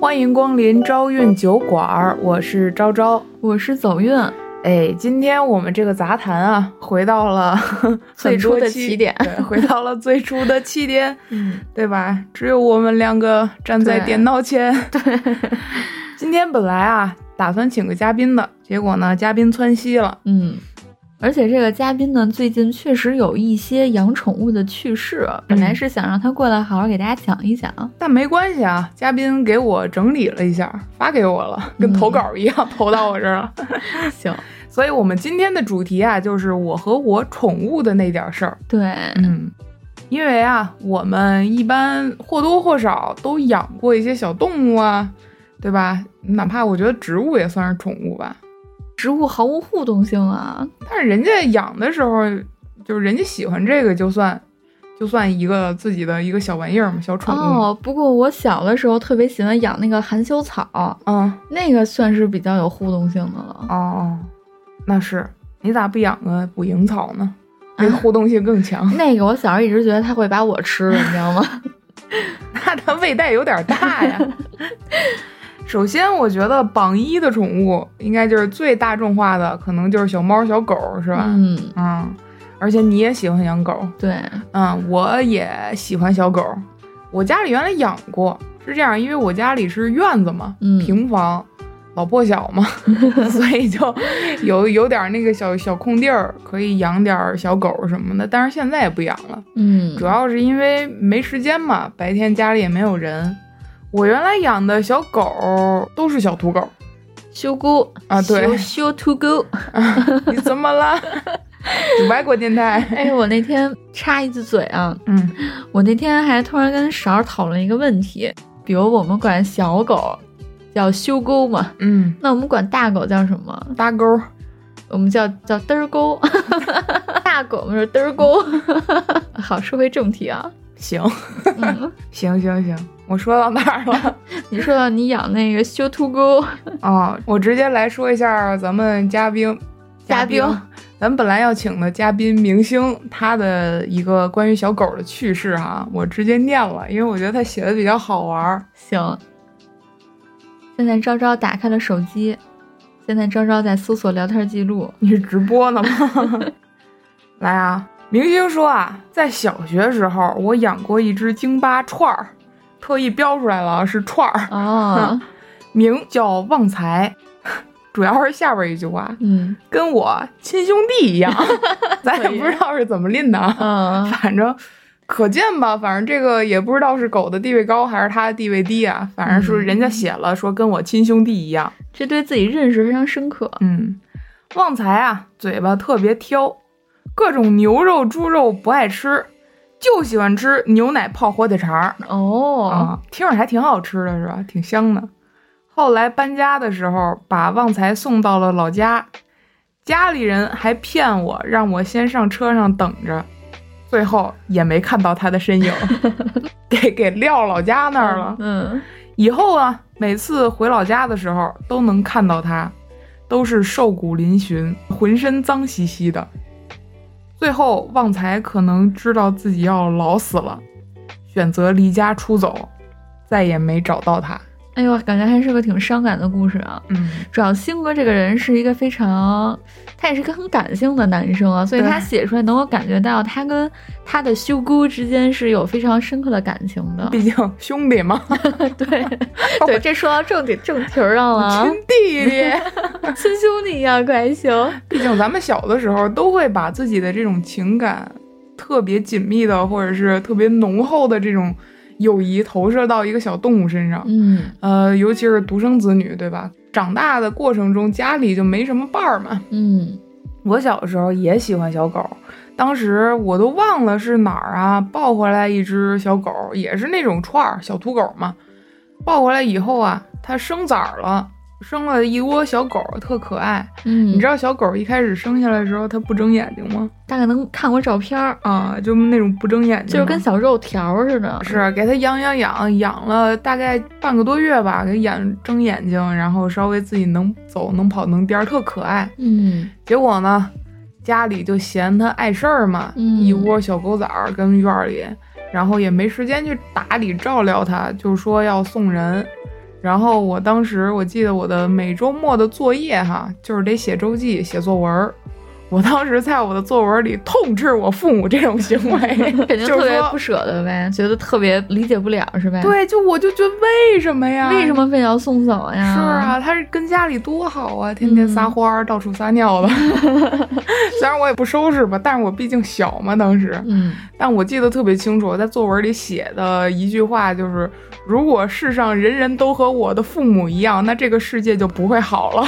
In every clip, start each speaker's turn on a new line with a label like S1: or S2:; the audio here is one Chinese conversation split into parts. S1: 欢迎光临招运酒馆儿，我是昭昭。
S2: 我是走运，
S1: 哎，今天我们这个杂谈啊，回到了
S2: 最初 的
S1: 很多期
S2: 起点
S1: 对， 回到了最初的起点，
S2: 嗯，
S1: 对吧？只有我们两个站在
S2: 对
S1: 电脑前。 对，今天本来啊，打算请个嘉宾的，结果呢，嘉宾窜稀了。
S2: 嗯，而且这个嘉宾呢，最近确实有一些养宠物的趣事，本
S1: 嗯
S2: 来是想让他过来好好给大家讲一讲，
S1: 但没关系啊，嘉宾给我整理了一下，发给我了，跟投稿一样、投到我这 儿了。
S2: 行，
S1: 所以我们今天的主题啊，就是我和我宠物的那点儿事儿。
S2: 对，
S1: 嗯，因为啊，我们一般或多或少都养过一些小动物啊，对吧？哪怕我觉得植物也算是宠物吧，
S2: 植物毫无互动性啊，
S1: 但是人家养的时候，就是人家喜欢这个，就算就算一个自己的一个小玩意儿嘛，小宠物。
S2: 哦，不过我小的时候特别喜欢养那个含羞草，
S1: 嗯，
S2: 那个算是比较有互动性的了。
S1: 哦，那是你咋不养个捕蝇草呢？
S2: 啊
S1: 那互动性更强。
S2: 那个我小时候一直觉得它会把我吃了，你知 道吗？
S1: 那它胃袋有点大 呀。首先，我觉得榜一的宠物应该就是最大众化的，可能就是小猫、小狗，是吧？
S2: 嗯，
S1: 嗯而且你也喜欢养狗，
S2: 对，
S1: 嗯，我也喜欢小狗。我家里原来养过，是这样，因为我家里是院子嘛，
S2: 嗯
S1: 平房，老破小 嘛，所以就有有点那个小小空地儿，可以养点儿小狗什么的。但是现在也不养了，
S2: 嗯
S1: 主，要是因为没时间嘛，白天家里也没有人。我原来养的小狗都是小土 狗，
S2: 修菇
S1: 啊对
S2: 修修土狗。
S1: 你怎么 了？外国电台，
S2: 哎，我那天插一句嘴啊，
S1: 嗯
S2: 我那天还突然跟勺儿讨论一个问题，比如我们管小狗叫修沟嘛，
S1: 嗯，
S2: 那我们管大狗叫什么？
S1: 搭钩儿，
S2: 我们叫叫嘚儿沟， 大狗我们是嘚儿沟。 好，说回正题啊，
S1: 行
S2: 嗯，
S1: 行行行，我说到哪儿了？
S2: 你说到你养那个修秃沟，
S1: 啊，我直接来说一下咱们嘉宾，
S2: 嘉宾
S1: 咱们本来要请的嘉宾明星，他的一个关于小狗的趣事哈，我直接念了，因为我觉得他写的比较好玩儿。
S2: 行。现在昭昭打开了手机，现在昭昭在搜索聊天记录，
S1: 你是直播呢吗？来啊，明星说啊，在小学时候我养过一只京巴串儿，特意标出来了啊，是串儿，
S2: 哦，
S1: 名叫旺财， 主要是下边一句话，
S2: 嗯
S1: 跟我亲兄弟一样，咱
S2: 可以
S1: 也不知道是怎么拎的啊。
S2: 嗯，
S1: 反正可见吧，反正这个也不知道是狗的地位高还是它的地位低啊。反正是人家写了说跟我亲兄弟一样。
S2: 这对自己认识非常深刻，
S1: 嗯，旺财啊，嘴巴特别挑，各种牛肉、猪肉不爱吃，就喜欢吃牛奶泡火腿肠儿
S2: 哦，
S1: 啊，听着还挺好吃的是吧？挺香的。后来搬家的时候，把旺财送到了老家，家里人还骗我，让我先上车上等着，最后也没看到他的身影， 给给撂老家那儿了。
S2: 嗯，
S1: 以后啊，每次回老家的时候都能看到他，都是瘦骨嶙峋，浑身脏兮兮的。最后，旺财可能知道自己要老死了，选择离家出走，再也没找到他。
S2: 哎呦，感觉还是个挺伤感的故事啊。
S1: 嗯，
S2: 主要星哥这个人是一个非常，他也是个很感性的男生啊，所以
S1: 对
S2: 他写出来能够感觉到他跟他的修姑之间是有非常深刻的感情的。
S1: 毕竟兄弟嘛，
S2: 对，对，这说到正题正题儿上了啊
S1: 亲，弟弟。
S2: 亲兄弟一
S1: 啊
S2: 样关系哦。
S1: 毕竟咱们小的时候都会把自己的这种情感特别紧密的，或者是特别浓厚的这种友谊投射到一个小动物身上。
S2: 嗯
S1: 呃，尤其是独生子女，对吧？长大的过程中，家里就没什么伴儿嘛。
S2: 嗯，
S1: 我小时候也喜欢小狗，当时我都忘了是哪儿啊，抱回来一只小狗，也是那种串儿小土狗嘛。抱回来以后啊，它生崽儿了，生了一窝小狗，特可爱。
S2: 嗯
S1: 你知道小狗一开始生下来的时候，它不睁眼睛吗？
S2: 大概能看过照片儿，
S1: 啊，就那种不睁眼睛，
S2: 就是跟小肉条儿似的。
S1: 是给它养养养，养了大概半个多月吧，给眼睁眼睛，然后稍微自己能走能跑能颠儿，特可爱。
S2: 嗯
S1: 结果呢，家里就嫌它碍事儿嘛，
S2: 嗯，
S1: 一窝小狗崽儿跟院儿里，然后也没时间去打理照料它，就说要送人。然后我当时我记得我的每周末的作业哈，就是得写周记、写作文儿。我当时在我的作文里痛斥我父母这种行为
S2: 肯定
S1: 就
S2: 特
S1: 是
S2: 别
S1: 说
S2: 不舍得呗，觉得特别理解不了是吧？，
S1: 对，就我就觉得为什么呀？
S2: 哎为什么非要送走呀？
S1: 是啊，他是跟家里多好啊，天天
S2: 嗯
S1: 撒欢儿，到处撒尿的。 虽然我也不收拾吧，但是我毕竟小嘛，当时。
S2: 嗯，
S1: 但我记得特别清楚，我在作文里写的一句话就是：如果世上人人都和我的父母一样，那这个世界就不会好 了。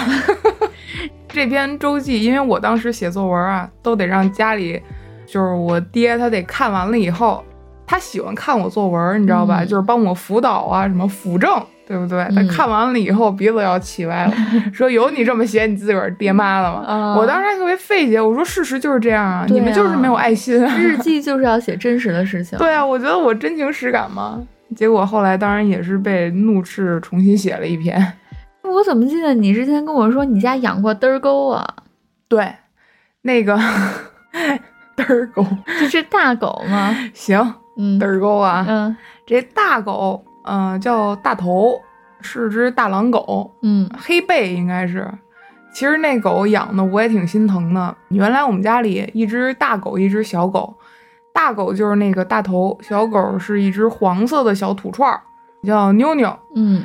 S1: 这篇周记，因为我当时写作文啊，都得让家里，就是我爹他得看完了以后，他喜欢看我作文，你知道吧？
S2: 嗯
S1: 就是帮我辅导啊，什么辅正，对不对？他
S2: 嗯
S1: 看完了以后鼻子要起歪 了，说有你这么写你自个儿爹妈的吗？
S2: 啊
S1: 我当时还特别费解，我说事实就是这样啊，
S2: 对
S1: 你们就是
S2: 啊
S1: 没有爱心啊。
S2: 日记就是要写真实的事情。
S1: 对啊，我觉得我真情实感嘛。结果后来当然也是被怒斥重新写了一篇。
S2: 我怎么记得你之前跟我说你家养过嘚儿沟啊？
S1: 对， 那个嘚儿狗，
S2: 就是大狗 吗？
S1: 行，
S2: 嗯，
S1: 嘚儿狗啊，
S2: 嗯
S1: 这大狗，嗯、叫大头，是只大狼狗，
S2: 嗯
S1: 黑背应该是。其实那狗养的我也挺心疼的。原来我们家里一只大狗，一只小狗，大狗就是那个大头，小狗是一只黄色的小土串儿，叫妞妞。
S2: 嗯，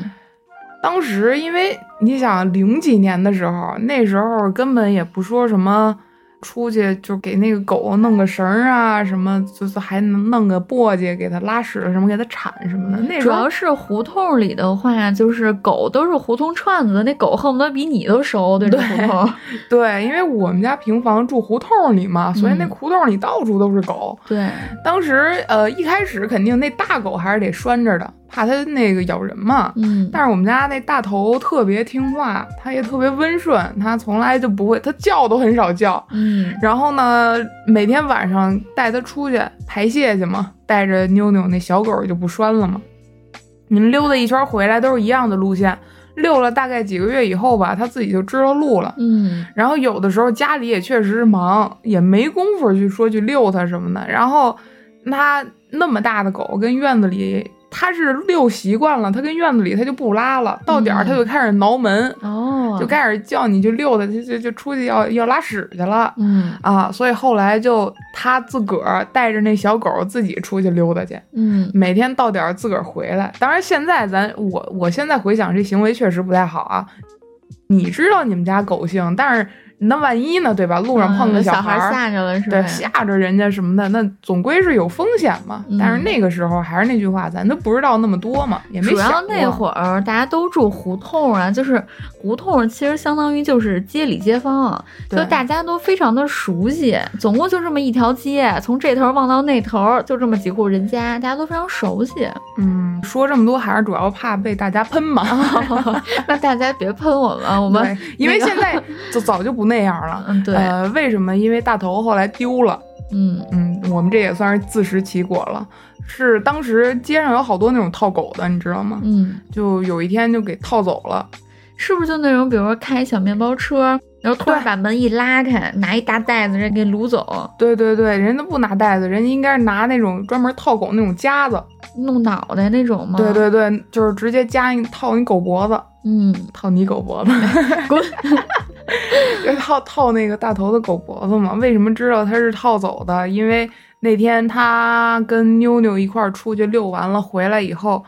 S1: 当时因为你想零几年的时候，那时候根本也不说什么出去就给那个狗弄个绳儿啊，什么就是还能弄个簸箕给它拉屎了什么给它铲什么的。那时
S2: 嗯主
S1: 候
S2: 要是胡同里的话，就是狗都是胡同串子的，那狗恨不得比你都熟，对着
S1: 对
S2: 胡同。
S1: 对，因为我们家平房住胡同里嘛，所以那
S2: 嗯
S1: 胡同里到处都是狗。
S2: 对，
S1: 当时呃一开始肯定那大狗还是得拴着的，怕它那个咬人嘛。
S2: 嗯，
S1: 但是我们家那大头特别听话，它也特别温顺，它从来就不会，它叫都很少叫。
S2: 嗯
S1: 然后呢，每天晚上带它出去排泄去嘛，带着妞妞那小狗就不拴了嘛。你们溜达一圈回来都是一样的路线，溜了大概几个月以后吧，它自己就知道路了。
S2: 嗯
S1: 然后有的时候家里也确实是忙，也没工夫去说去遛它什么的。然后它那么大的狗跟院子里，它是遛习惯了，它跟院子里它就不拉了，到点儿它就开始挠门，
S2: 哦，
S1: 就开始叫你去遛它，就就就出去要要拉屎去了。
S2: 嗯
S1: 啊，所以后来就他自个儿带着那小狗自己出去溜达去，
S2: 嗯
S1: 每天到点儿自个儿回来。当然，现在咱我我现在回想这行为确实不太好啊。你知道你们家狗性，但是那万一呢，对吧？路上碰
S2: 嗯
S1: 个
S2: 小
S1: 孩儿，
S2: 吓着了是吧？
S1: 对，吓着人家什么的，那总归是有风险嘛。但是
S2: 嗯
S1: 那个时候还是那句话，咱都不知道那么多嘛，也没
S2: 主
S1: 想
S2: 要那
S1: 过
S2: 会儿大家都住胡同啊，就是胡同其实相当于就是街里街坊啊，
S1: 对
S2: 就大家都非常的熟悉，总共就这么一条街，从这头望到那头，就这么几户人家，大家都非常熟悉。
S1: 嗯，说这么多还是主要怕被大家喷嘛。
S2: 那大家别喷我们啊，我
S1: 我
S2: 们
S1: 因为
S2: 啊那
S1: 现
S2: 个
S1: 在 就早就不那样了。
S2: 嗯对，
S1: 呃，为什么？因为大头后来丢了，
S2: 嗯
S1: 嗯，我们这也算是自食其果了。是当时街上有好多那种套狗的，你知道吗？
S2: 嗯，
S1: 就有一天就给套走了。
S2: 是不是就那种，比如说开小面包车，然后突然
S1: 对
S2: 把门一拉开，拿一大袋子人给掳走，
S1: 对对对，人家不拿袋子，人家应该是拿那种专门套狗那种夹子。
S2: 弄脑袋那种吗？
S1: 对，对对，就是直接夹你套你狗脖子，
S2: 嗯，
S1: 套你狗脖子，
S2: 滚。
S1: 就套套那个大头的狗脖子嘛。为什么知道他是套走的？因为那天他跟妞妞一块儿出去遛完了，回来以后，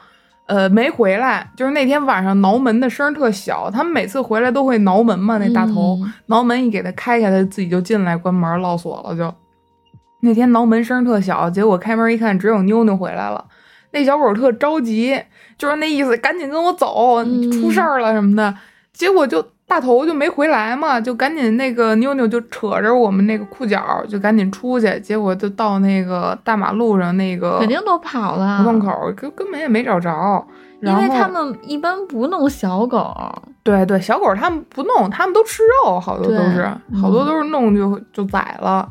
S1: 呃，没回来，就是那天晚上挠门的声儿特小。他们每次回来都会挠门嘛，那大头、
S2: 嗯
S1: 挠门一给他开开，他自己就进来，关门落锁了就。那天挠门声儿特小，结果开门一看，只有妞妞回来了。那小狗特着急，就是那意思，赶紧跟我走，
S2: 嗯
S1: 出事儿了什么的。结果就大头就没回来嘛，就赶紧那个妞妞就扯着我们那个裤脚，就赶紧出去。结果就到那个大马路上那个
S2: 肯定都跑了，
S1: 胡同口，根根本也没找着。
S2: 因
S1: 然
S2: 为
S1: 后
S2: 他们一般不弄小狗，
S1: 对对，小狗儿它们不弄，它们都吃肉，好多
S2: 对
S1: 都是，好多
S2: 嗯
S1: 都是弄就就宰了。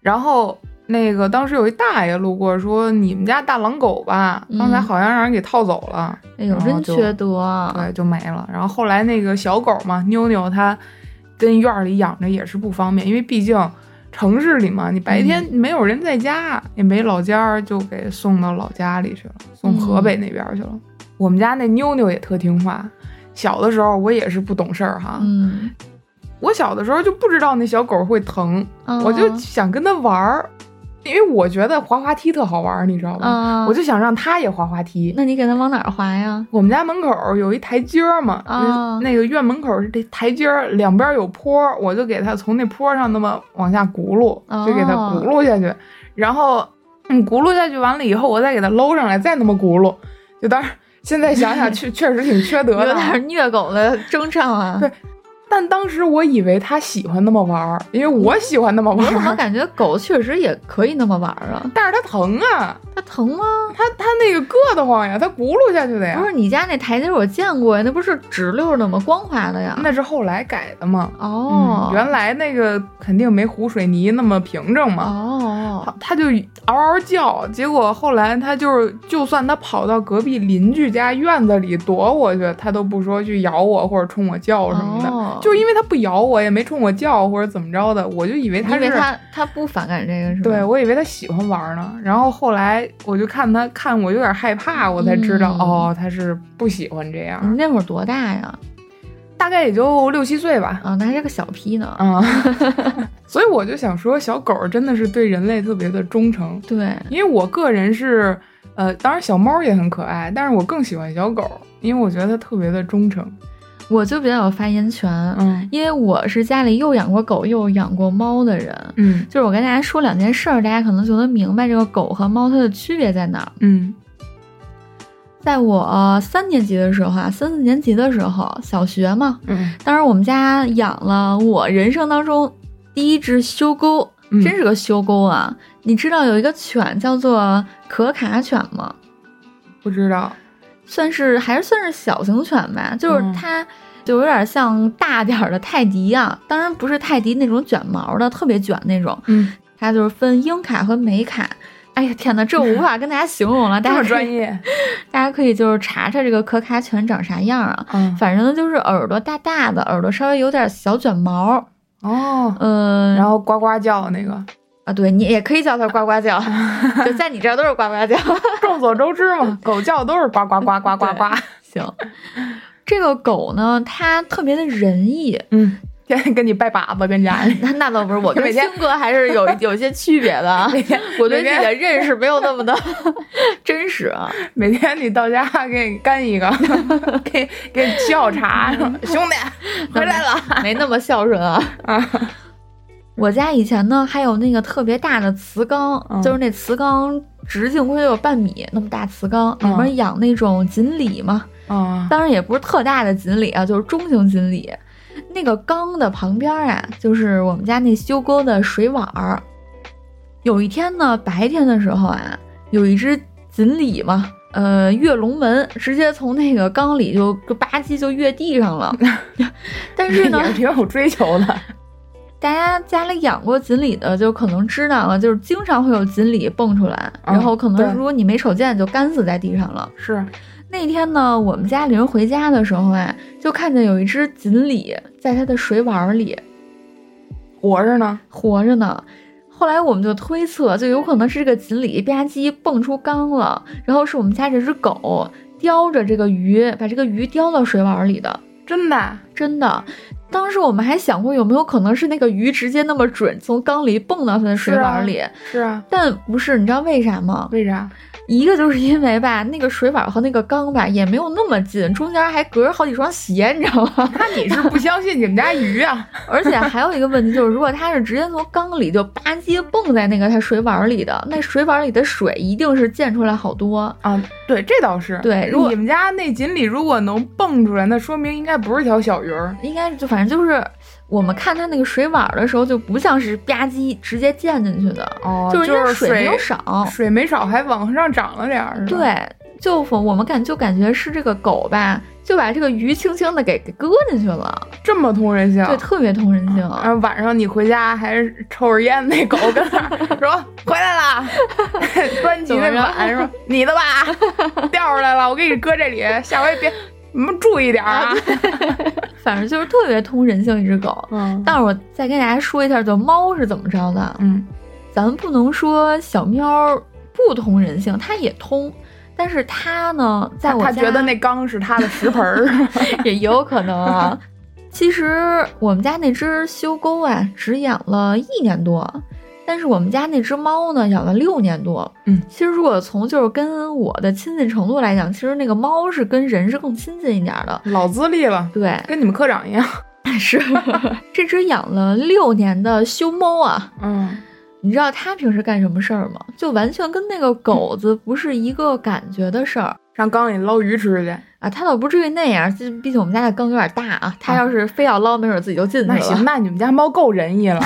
S1: 然后那个当时有一大爷路过说：“你们家大狼狗吧，刚才
S2: 嗯啊
S1: 好像让人给套走了。
S2: 哎呦，
S1: 然后
S2: 真
S1: 就
S2: 缺德。
S1: 对，就没了。然后后来那个小狗嘛，妞妞它跟院儿里养着也是不方便，因为毕竟城市里嘛，你
S2: 嗯
S1: 白天没有人在家，也没老家儿，就给送到老家里去了，送河
S2: 嗯
S1: 北那边儿去了。我们家那妞妞也特听话，小的时候我也是不懂事儿哈，
S2: 嗯，
S1: 我小的时候就不知道那小狗会疼，我
S2: 嗯
S1: 就想跟它玩儿，因为我觉得滑滑梯特好玩儿，你知道吧？
S2: 啊，
S1: 我就想让它也滑滑梯。
S2: 那你给它往哪儿滑呀？
S1: 我们家门口儿有一台阶儿嘛，
S2: 啊
S1: 那个院门口儿这台阶儿两边儿有坡儿，我就给它从那坡儿上那么往下轱辘，
S2: 哦
S1: 就给它轱辘下去，然后嗯轱辘下去完了以后，我再给它搂上来，再那么轱辘，就当然现在想想确 确实挺缺德
S2: 有
S1: 的啊，
S2: 点虐狗的征兆啊！
S1: 对但当时我以为它喜欢那么玩儿，因为我喜欢那么
S2: 我
S1: 玩
S2: 怎么
S1: 儿，
S2: 感觉狗确实也可以那么玩儿啊？
S1: 但是它疼啊，
S2: 它疼吗？
S1: 它它那个硌得慌呀，它轱辘下去的呀
S2: 不，是你家那台阶我见过呀，那不是直溜的吗？光滑的呀？
S1: 那是后来改的嘛。
S2: 哦
S1: 嗯，原来那个肯定没糊水泥那么平整嘛，
S2: 哦
S1: 它它就嗷嗷叫，结果后来它就是，就算它跑到隔壁邻居家院子里躲我去，它都不说去咬我或者冲我叫什么的，
S2: 哦
S1: 就是因为它不咬我，也没冲我叫或者怎么着的，我就以为它
S2: 因
S1: 是，
S2: 为它它不反感这个是吧？
S1: 对我以为它喜欢玩呢。然后后来我就看它看我有点害怕，我才知道、
S2: 嗯
S1: 哦，它是不喜欢这样，
S2: 你那会儿多大呀？
S1: 大概也就六七岁吧。
S2: 啊，那还是个小屁呢。
S1: 啊， 所以我就想说，小狗真的是对人类特别的忠诚。
S2: 对，
S1: 因为我个人是，呃，当然小猫也很可爱，但是我更喜欢小狗，因为我觉得它特别的忠诚。
S2: 我就比较有发言权，
S1: 嗯
S2: 因为我是家里又养过狗又养过猫的人。
S1: 嗯
S2: 就是我跟大家说两件事儿，大家可能就能明白这个狗和猫它的区别在哪儿。
S1: 嗯
S2: 在我、呃三年级的时候啊，三四年级的时候，小学嘛，
S1: 嗯，
S2: 当时我们家养了我人生当中第一只修狗，
S1: 嗯
S2: 真是个修狗啊！你知道有一个犬叫做可卡犬吗？
S1: 不知道。
S2: 算是还是算是小型犬吧，就是
S1: 嗯
S2: 它就有点像大点儿的泰迪啊，当然不是泰迪那种卷毛的，特别卷那种，
S1: 嗯，
S2: 它就是分英卡和美卡。哎呀天哪，这我无法跟大家形容 了，
S1: 这
S2: 大家
S1: 么
S2: 可以
S1: 专，业。
S2: 大家可以就是查查这个可卡犬长啥样啊。
S1: 嗯
S2: 反正呢就是耳朵大大的，耳朵稍微有点小卷毛，
S1: 哦，
S2: 嗯、
S1: 然后呱呱叫那个，
S2: 啊，对你也可以叫它 呱呱叫，就在你这儿都是呱呱叫。
S1: 众所周知嘛，狗叫都是呱呱呱呱呱呱。
S2: 行，这个狗呢，它特别的仁义，哎
S1: 嗯， 天天跟你拜把子跟家里。
S2: 那那倒不是，我跟
S1: 每天
S2: 星哥还是有有一些区别的 啊。
S1: 每天
S2: 我对
S1: 每
S2: 自己
S1: 天
S2: 的认识没有那么的 真实啊。
S1: 每天你到家给你干一个， 给给你沏好茶， 兄
S2: 嗯
S1: 弟 回来了。
S2: 没那么孝顺啊。 我家以前呢还有那个特别大的瓷缸，
S1: 嗯
S2: 就是那瓷缸直径估计有半米那么大瓷缸，里面
S1: 嗯
S2: 养那种锦鲤嘛，
S1: 啊，
S2: 当然也不是特大的锦鲤啊，就是中型锦鲤。那个缸的旁边啊，就是我们家那修沟的水碗儿。有一天呢，白天的时候啊，有一只锦鲤嘛，呃，跃龙门，直接从那个缸里就就吧唧就跃地上了。但是呢，
S1: 也挺有追求的。
S2: 大家家里养过锦鲤的，就可能知道了，就是经常会有锦鲤蹦出来，
S1: 嗯
S2: 然后可
S1: 对
S2: 能如果你没瞅见，就干死在地上了。
S1: 是，
S2: 那天呢，我们家里人回家的时候啊，就看见有一只锦鲤在它的水碗里
S1: 活着呢。
S2: 活着呢。后来我们就推测，就有可能是这个锦鲤吧唧蹦出缸了，然后是我们家这只狗叼着这个鱼，把这个鱼叼到水碗里的。
S1: 真的，
S2: 真的，当时我们还想过有没有可能是那个鱼直接那么准从缸里蹦到它的水碗里，
S1: 是啊，
S2: 但不是，你知道为啥吗？
S1: 为啥？
S2: 一个就是因为吧， 那个水碗和那个缸吧也没有那么近，中间还隔着好几双鞋，你知道吗？
S1: 那你是不相信你们家鱼啊？
S2: 而且还有一个问题就是，如果它是直接从缸里就吧唧蹦在那个它水碗里的，那水碗里的水一定是溅出来好多。
S1: 啊，对，这倒是。
S2: 对如果
S1: 你们家那锦鲤如果能蹦出来，那说明应该不是条小鱼儿。
S2: 应该就反正就是我们看它那个水碗的时候，就不像是吧唧直接溅进去的，
S1: 哦，
S2: 就是因为
S1: 是
S2: 水没有少。
S1: 水没少，还往上涨了点儿。是吧，
S2: 对，就我们感就感觉是这个狗吧，就把这个鱼轻轻的给给搁进去了，
S1: 这么通人性。
S2: 对，特别通人性。
S1: 然后晚上你回家还是抽着烟，那狗跟那 儿说回来啦，端起那
S2: 怎么着
S1: 碗说你的 吧，掉出来了，我给你搁这里，下回别你们注意点儿啊。
S2: 反正就是特别通人性一只狗。
S1: 嗯
S2: 但是我再跟大家说一下，就猫是怎么着的，
S1: 嗯
S2: 咱们不能说小喵不通人性，它也通，但是它呢，在我
S1: 他
S2: 家
S1: 觉 得那缸是他的食盆儿，
S2: 也有可能啊。其实我们家那只修沟啊，只养了一年多，但是我们家那只猫呢，养了六年多。
S1: 嗯，
S2: 其实如果从就是跟我的亲近程度来讲，其实那个猫是跟人是更亲近一点的。
S1: 老资历了，
S2: 对，
S1: 跟你们科长一样。
S2: 是这只养了六年的修猫啊，
S1: 嗯，
S2: 你知道它平时干什么事儿吗？就完全跟那个狗子不是一个感觉的事儿。
S1: 上缸里捞鱼吃去，
S2: 啊，它倒不至于那样，这毕竟我们家的缸有点大啊。它要是非要捞，没准自己就进去了。
S1: 那行，那你们家猫够仁义了。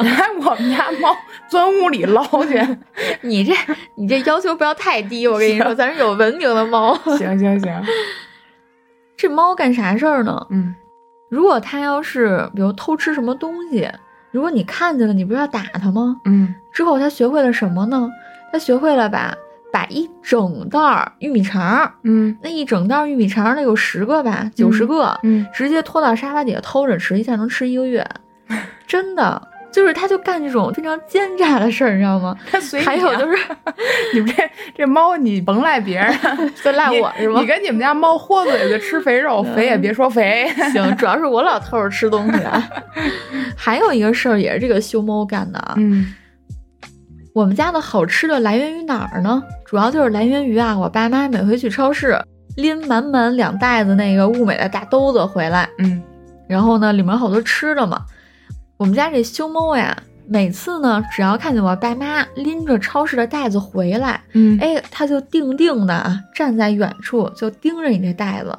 S1: 原来我们家猫钻屋里捞 去，
S2: 你这你这要求不要太低，我跟你说，咱是有文明的猫。
S1: 行行行，
S2: 这猫干啥事儿呢？
S1: 嗯
S2: 如果它要是比如偷吃什么东西，如果你看见了，你不是要打它吗？
S1: 嗯，
S2: 之后它学会了什么呢？它学会了把把一整袋儿玉米肠儿，
S1: 嗯
S2: 那一整袋儿玉米肠儿，那有十个吧，九十个，
S1: 嗯，
S2: 直接拖到沙发底下偷着吃，一下能吃一个 月，真的。就是它就干这种非常奸诈的事儿，你知道吗？
S1: 它随你啊
S2: 还有就是
S1: 你们这这猫，你甭赖别人，
S2: 就赖我是吗
S1: 你？跟你们家 猫豁嘴就吃肥肉，肥也别说肥。
S2: 行，主要是我老偷着吃东西啊。 还有一个事儿也是这个修猫干的啊。
S1: 嗯
S2: 我们家的好吃的来源于哪儿呢？主要就是来源于啊，我爸妈每回去超市拎满满两袋子那个物美的大兜子回来，
S1: 嗯
S2: 然后呢，里面好多吃的嘛。我们家这修猫呀，每次呢，只要看见我爸妈拎着超市的袋子回来，
S1: 嗯，
S2: 哎，它就定定的啊，站在远处就盯着你这袋子。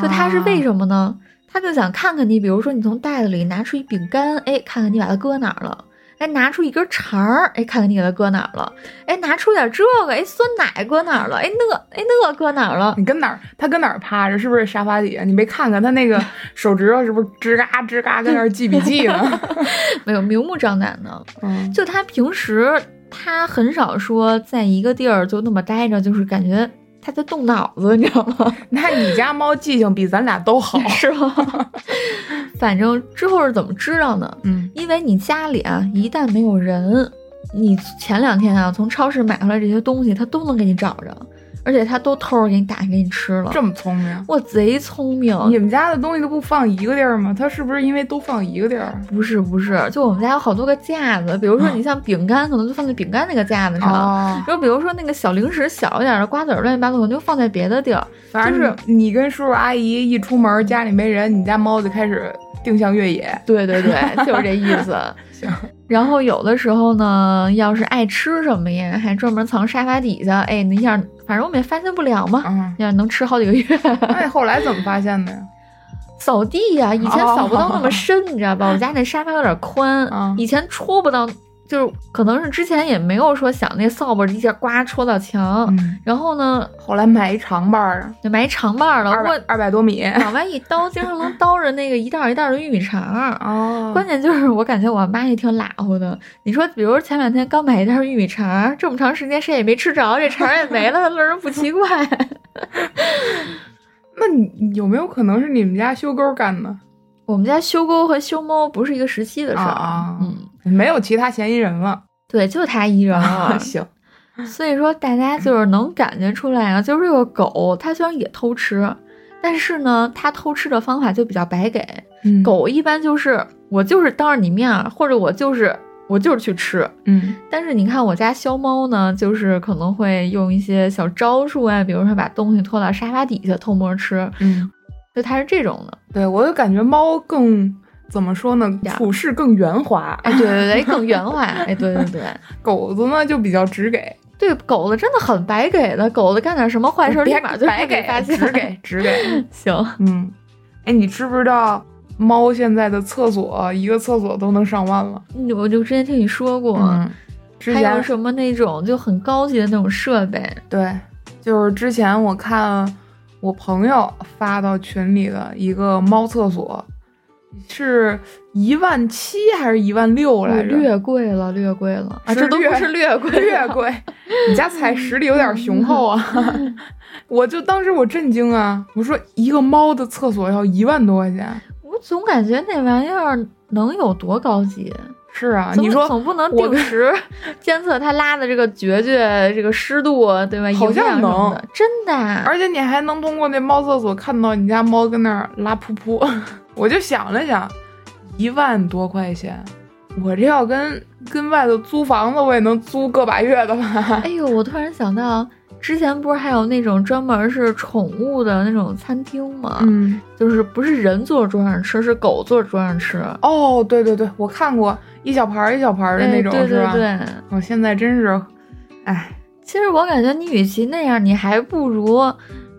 S2: 就它是为什么呢？它就想看看你，比如说你从袋子里拿出一饼干，哎，看看你把它搁哪儿了。哎，拿出一根肠儿，哎，看看你给它搁哪儿了。哎，拿出点这个，哎，酸奶搁哪儿了？哎，那，哎，那搁哪儿了？
S1: 你跟哪儿？它跟哪儿趴着？是不是沙发底下？你没看看它那 个手指头是不是吱嘎吱嘎跟那儿记笔记 呢？
S2: 没有，明目张胆的。
S1: 嗯
S2: 就他平时他很少说在一个地儿就那么待着，就是感觉他在动脑子，你知道吗？
S1: 那你家猫记性比咱俩都 好。
S2: 是吗？ 反正之后是怎么知道呢？
S1: 嗯
S2: 因为你家里啊，一旦没有人，你前两天啊从超市买回来这些东西，他都能给你找着，而且他都偷着给你打开给你吃了。
S1: 这么聪明，
S2: 我贼聪明，
S1: 你们家的东西都不放一个地儿吗？它是不是因为都放一个地儿？
S2: 不是不是，就我们家有好多个架子，比如说你像饼干，可能就放在饼干那个架子上。
S1: 啊哦，
S2: 就比如说那个小零食小一点的瓜子儿乱七八糟，可能就放在别的地儿。
S1: 反正是你跟叔叔阿姨一出门，家里没人，你家猫就开始定向越野。
S2: 对 对对，就是这意思。
S1: 行，
S2: 然后有的时候呢，要是爱吃什么呀，还专门藏沙发底下，哎，那样反正我们也发现不了嘛，
S1: 嗯，
S2: 要能吃好几个月。
S1: 那你后来怎么发现的呀？
S2: 扫地呀、以前扫不到那么深，你知道吧？我家那沙发有点宽，
S1: 哦嗯
S2: 以前戳不到，就是可能是之前也没有说想那扫把一下呱戳到墙。
S1: 嗯，
S2: 然后呢，
S1: 后来买一长把儿，
S2: 就买一长把儿了，
S1: 二
S2: 我
S1: 百二百多 米。
S2: 往外一刀，经常能刀着那个一袋儿一袋儿的玉米肠儿。
S1: 哦
S2: 关键就是我感觉我妈也挺拉乎的。你说，比如前两天刚买一袋儿玉米肠儿，这么长时间谁也没吃着，这肠儿也没了， 乐人不奇怪。
S1: 那你有没有可能是你们家修沟干的？
S2: 我们家修沟和修猫不是一个时期的事儿，
S1: 啊
S2: 嗯，
S1: 没有其他嫌疑人了。
S2: 对，就他一人
S1: 啊
S2: 了。
S1: 行，
S2: 所以说，大家就是能感觉出来啊，就是这个狗，它虽然也偷吃，但是呢，它偷吃的方法就比较白给。
S1: 嗯，
S2: 狗一般就是我就是当着你面儿，或者我就是我就是去吃，
S1: 嗯
S2: 但是你看我家肖猫呢，就是可能会用一些小招数啊，比如说把东西拖到沙发底下偷摸吃，
S1: 嗯，
S2: 就它是这种的。
S1: 对我就感觉猫更怎么说呢，
S2: 呀
S1: 处事更圆滑，
S2: 哎，对对对，更圆滑。哎，对对 对，
S1: 狗子呢就比较直给，
S2: 对狗子真的很白给的，狗子干点什么坏事儿，立
S1: 别
S2: 马就
S1: 白给
S2: 被发，现。
S1: 直给，直 给。
S2: 行，
S1: 嗯，哎，你知不知道猫现在的厕所一个厕所都能上万了？
S2: 嗯我就之前听你说过，
S1: 嗯，之
S2: 还有
S1: 前
S2: 什么那种就很高级的那种设备，
S1: 对，就是之前我看我朋友发到群里的一个猫厕所，是一万七还是一万六来着？
S2: 略贵了，略贵了啊，
S1: 是
S2: 这都
S1: 略
S2: 不是略 贵了，
S1: 略贵，你家财实力有点雄厚啊！我就当时我震惊啊，我说一个猫的厕所要一万多块钱，
S2: 我总感觉那玩意儿能有多高级？
S1: 是啊，
S2: 总
S1: 你说
S2: 总不能
S1: 我
S2: 定时 监测它拉的这个决绝、这个湿度，对吧？
S1: 好像
S2: 营养什么的
S1: 能，
S2: 真的 啊。
S1: 而且你还能通过那猫厕所看到你家猫跟那儿拉噗噗。 我就想了想，一万多块钱，我这要跟跟外头租房子，我也能租个把月的 吧？
S2: 哎呦，我突然想到，之前不是还有那种专门是宠物的那种餐厅吗？
S1: 嗯，
S2: 就是不是人坐桌上吃，是狗坐桌上吃
S1: 哦，对对对，我看过一小盘儿一小盘儿的那种，
S2: 哎对
S1: 是吧？
S2: 对对。
S1: 我现在真是，哎，
S2: 其实我感觉你与其那样，你还不如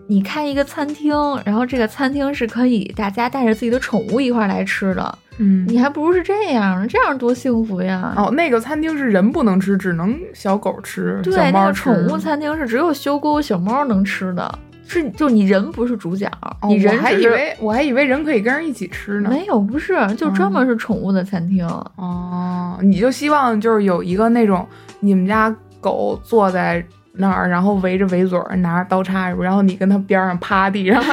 S2: 你开一个餐厅，然后这个餐厅是可以大家带着自己的宠物一块儿来吃的，
S1: 嗯，
S2: 你还不如是这样，这样多幸福呀！
S1: 哦，那个餐厅是人不能吃，只能小狗吃，小
S2: 对，那
S1: 猫
S2: 个
S1: 吃
S2: 宠物餐厅是只有修狗、小猫能吃的，是就你人不是主角，
S1: 哦，
S2: 你人
S1: 我还
S2: 只
S1: 以
S2: 是
S1: 为我还以为人可以跟人一起吃呢。嗯
S2: 没有，不是就专门是宠物的 餐厅。
S1: 哦，你就希望就是有一个那种你们家狗坐在那儿，然后围着围嘴儿，拿着刀叉，然后你跟它边上趴地，然后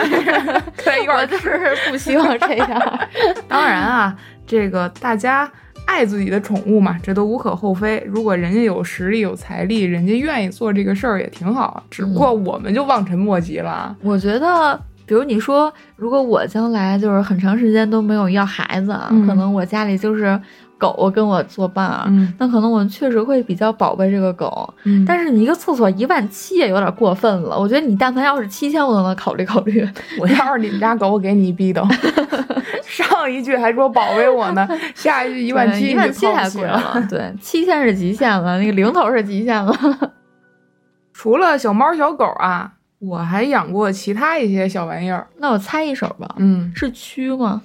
S1: 在一块
S2: 我
S1: 儿
S2: 就
S1: 吃。
S2: 是不希望这样，
S1: 当然啊，这个大家爱自己的宠物嘛，这都无可厚非。如果人家有实力、有财力，人家愿意做这个事儿也挺好。只不过我们就望尘莫及了啊。
S2: 我觉得，比如你说，如果我将来就是很长时间都没有要孩子，啊
S1: 嗯，
S2: 可能我家里就是狗跟我作伴儿，
S1: 嗯
S2: 那可能我确实会比较宝贝这个狗。
S1: 嗯
S2: 但是你一个厕所一万七也有点过分了，我觉得你但凡要是七千，我都能考虑考虑。
S1: 我要是你们家狗，我给你一逼斗。上一句还说宝贝我呢，下 一句一万七
S2: 对一
S1: 你
S2: 万
S1: 就
S2: 七
S1: 凑
S2: 太
S1: 不起
S2: 贵了，对，七千是极限了，那个零头是极限了。
S1: 除了小猫小狗啊，我还养过其他一些小玩意儿。
S2: 那我猜一手吧，
S1: 嗯，
S2: 是蛆吗？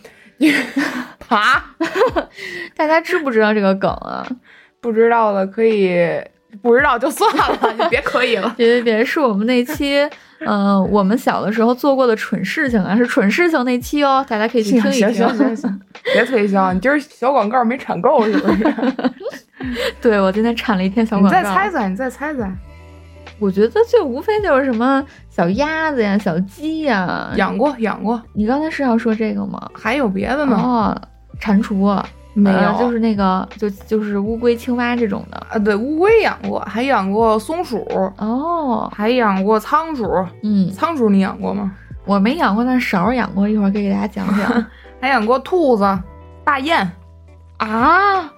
S2: 啊
S1: 爬
S2: 大家知不知道这个梗啊？
S1: 不知道的可以不知道就算了， 就别可以 了。
S2: 别别别，是我们那期，呃，我们小的时候做过的蠢事情啊，是蠢事情那期哦，大家可以去
S1: 行
S2: 听一
S1: 行
S2: 听。
S1: 行行行，别推销，你今儿小广告没产够是不是？
S2: 对我今天产了一 篇小
S1: 你
S2: 广告，
S1: 再猜猜，你再猜猜，
S2: 我觉得就无非就是什么小鸭子呀、小鸡呀。
S1: 养过养过，
S2: 你刚才是要说这个吗？
S1: 还有别的呢？
S2: 哦，蟾蜍
S1: 没
S2: 呃
S1: 有，
S2: 就是那个就就是乌龟、青蛙这种的。
S1: 啊，对，乌龟养过，还养过松鼠，
S2: 哦，
S1: 还养过仓鼠。
S2: 嗯，
S1: 仓鼠你养过吗？
S2: 我没养过，但是勺儿养过，一会儿可以给大家讲 讲
S1: 还养过兔子、大雁，
S2: 啊。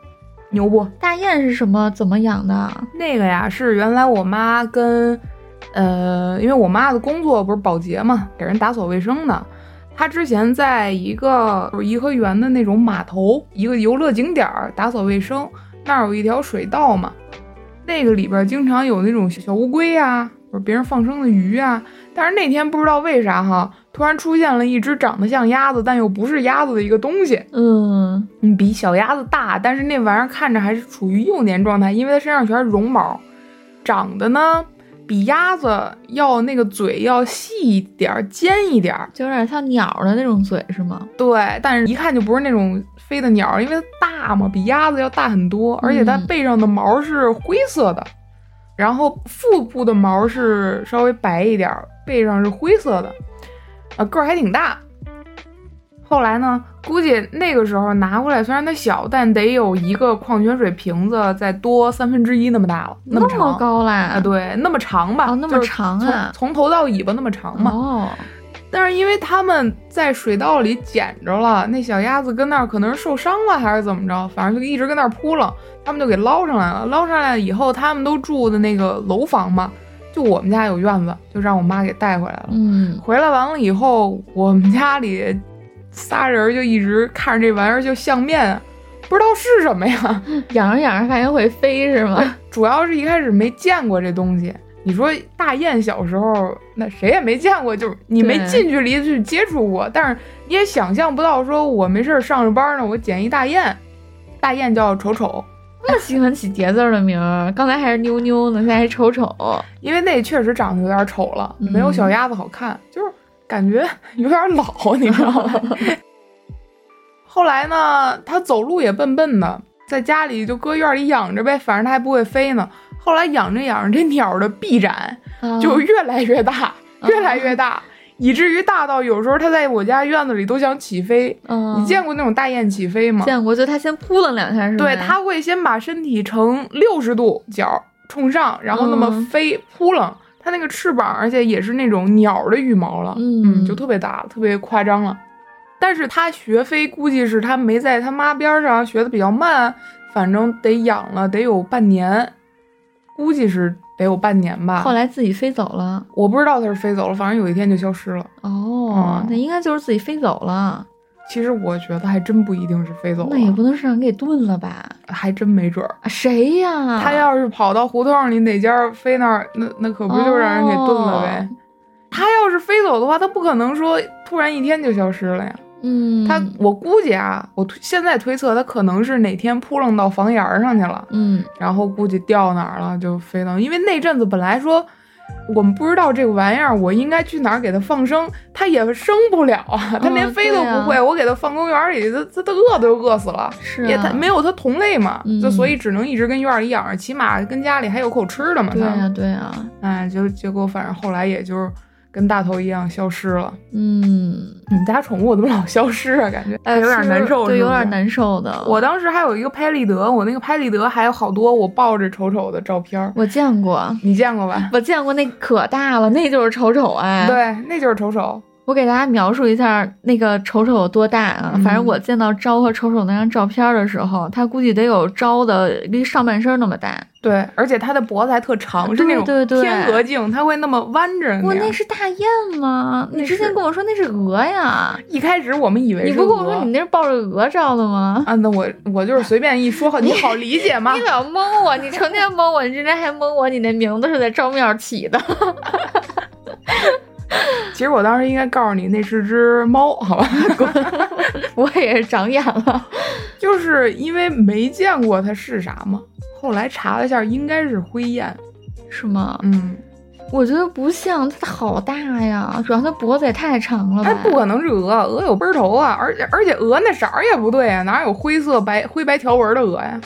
S1: 牛不？
S2: 大雁是什么？怎么养的？啊
S1: 那个呀，是原来我妈跟，呃，因为我妈的工作不是保洁嘛，给人打扫卫生的。她之前在一个就是颐和园的那种码头，一个游乐景点儿打扫卫生，那儿有一条水道嘛，那个里边儿经常有那种小乌龟啊，或者别人放生的鱼啊。但是那天不知道为啥哈，突然出现了一只长得像鸭子但又不是鸭子的一个东西，
S2: 嗯，
S1: 嗯，比小鸭子大，但是那玩意儿看着还是处于幼年状态，因为它身上全是绒毛，长得呢比鸭子要那个嘴要细一点儿、尖一点儿，
S2: 就有点像鸟的那种嘴是吗？
S1: 对，但是一看就不是那种飞的鸟儿，因为它大嘛，比鸭子要大很多，而且它
S2: 嗯
S1: 背上的毛是灰色的，然后腹部的毛是稍微白一点儿，背上是灰色的，啊，个儿还挺大。后来呢，估计那个时候拿过来，虽然它小，但得有一个矿泉水瓶子再多三分之一那么大了，
S2: 那
S1: 么长
S2: 么高啦？
S1: 啊，对，那么长吧，
S2: 哦那么
S1: 就是
S2: 长啊
S1: 从从头到尾巴那么长嘛，
S2: 哦，
S1: 但是因为他们在水道里捡着了，那小鸭子跟那儿可能是受伤了还是怎么着，反正就一直跟那儿扑棱，他们就给捞上来了。捞上来以后，他们都住的那个楼房嘛，就我们家有院子，就让我妈给带回来了。
S2: 嗯，
S1: 回来完了以后，我们家里仨人就一直看着这玩意儿，就相面，不知道是什么呀。
S2: 嗯养着养着发现会飞是吗？
S1: 主要是一开始没见过这东西。你说大雁小时候那谁也没见过，就是你没
S2: 对
S1: 近距离去接触过，但是你也想象不到，说我没事儿上着班呢，我捡一大雁，大雁叫丑丑，
S2: 那喜欢起叠字儿的名儿，刚才还是妞妞呢，现在还丑丑。
S1: 因为那确实长得有点丑了，没有
S2: 嗯
S1: 小鸭子好看，就是感觉有点老，你知道吗？ 后来呢，它走路也笨笨的，在家里就搁院里养着呗，反正它还不会飞呢。后来养着养着，这鸟的臂展
S2: 啊
S1: 就越来越大，
S2: 啊
S1: 越来越大，以至于大到有时候它在我家院子里都想起飞。
S2: 嗯，
S1: 你见过那种大雁起飞吗？
S2: 见过，就它先扑棱两下是吧？
S1: 对，它会先把身体呈六十度角冲上，然后那么
S2: 嗯
S1: 飞扑棱。它那个翅膀，而且也是那种鸟的羽毛了，
S2: 嗯
S1: 就特别大了，特别夸张了。但是它学飞，估计是它没在它妈边上学的比较慢，反正得养了得有半年，估计是得有半年吧。
S2: 后来自己飞走了。
S1: 我不知道它是飞走了，反正有一天就消失了。
S2: 哦
S1: 嗯，
S2: 那应该就是自己飞走了，
S1: 其实我觉得还真不一定是飞走了，
S2: 那也不能是让人给炖了吧？
S1: 还真没准儿。
S2: 啊谁呀？
S1: 它要是跑到胡同里哪家飞那儿，那那可不就让人给炖
S2: 哦
S1: 了呗？它要是飞走的话，它不可能说突然一天就消失了呀。
S2: 嗯，
S1: 它我估计啊，我推现在推测它可能是哪天扑棱到房檐儿上去了，
S2: 嗯
S1: 然后估计掉哪儿了就飞到，因为那阵子本来说。我们不知道这个玩意儿，我应该去哪儿给它放生，它也生不了啊，它连
S2: 嗯
S1: 飞都
S2: 对啊
S1: 不会。我给它放公园里，它它它饿都饿死了。
S2: 是
S1: 也
S2: 啊
S1: 它没有它同类嘛，
S2: 嗯
S1: 就所以只能一直跟院里养着，起码跟家里还有口吃的嘛。
S2: 对
S1: 它
S2: 啊对啊，
S1: 哎，就结果反正后来也就是跟大头一样消失了。
S2: 嗯，
S1: 你们家宠物怎么老消失啊？感觉哎，有点
S2: 呃是
S1: 难受，
S2: 对，
S1: 是
S2: 有
S1: 不是
S2: 点。难受的。
S1: 我当时还有一个拍立得，我那个拍立得还有好多我抱着丑丑的照片儿，
S2: 我见过，
S1: 你见过吧？
S2: 我见过那可大了，那就是丑丑哎。，
S1: 对，那就是丑丑。
S2: 我给大家描述一下那个丑丑有多大啊！
S1: 嗯
S2: 反正我见到昭和丑丑那张照片的时候，他估计得有昭的离上半身那么大。
S1: 对，而且它的脖子还特长，是
S2: 对
S1: 那种
S2: 对对
S1: 天鹅颈，它会那么弯着那
S2: 我那
S1: 样。
S2: 是大雁吗？
S1: 那
S2: 你之前
S1: 是
S2: 跟我说那是鹅呀，
S1: 一开始我们以为
S2: 你
S1: 是
S2: 不跟我
S1: 鹅
S2: 说你那是抱着鹅照的吗？
S1: 啊，那我我就是随便一说， 好你好理解吗
S2: 你？老蒙我，你成天蒙我，你之前还蒙我，你那名字是在照面起的。
S1: 其实我当时应该告诉你，那是只猫， 好吧？
S2: 我也是长眼了，
S1: 就是因为没见过它是啥嘛。后来查了一下，应该是灰雁。
S2: 是吗？
S1: 嗯，
S2: 我觉得不像，它好大呀，主要它脖子也太长了吧。
S1: 哎，不可能是鹅，鹅有奔头啊，而且而且鹅那色儿也不对啊，哪有灰色白灰白条纹的鹅呀？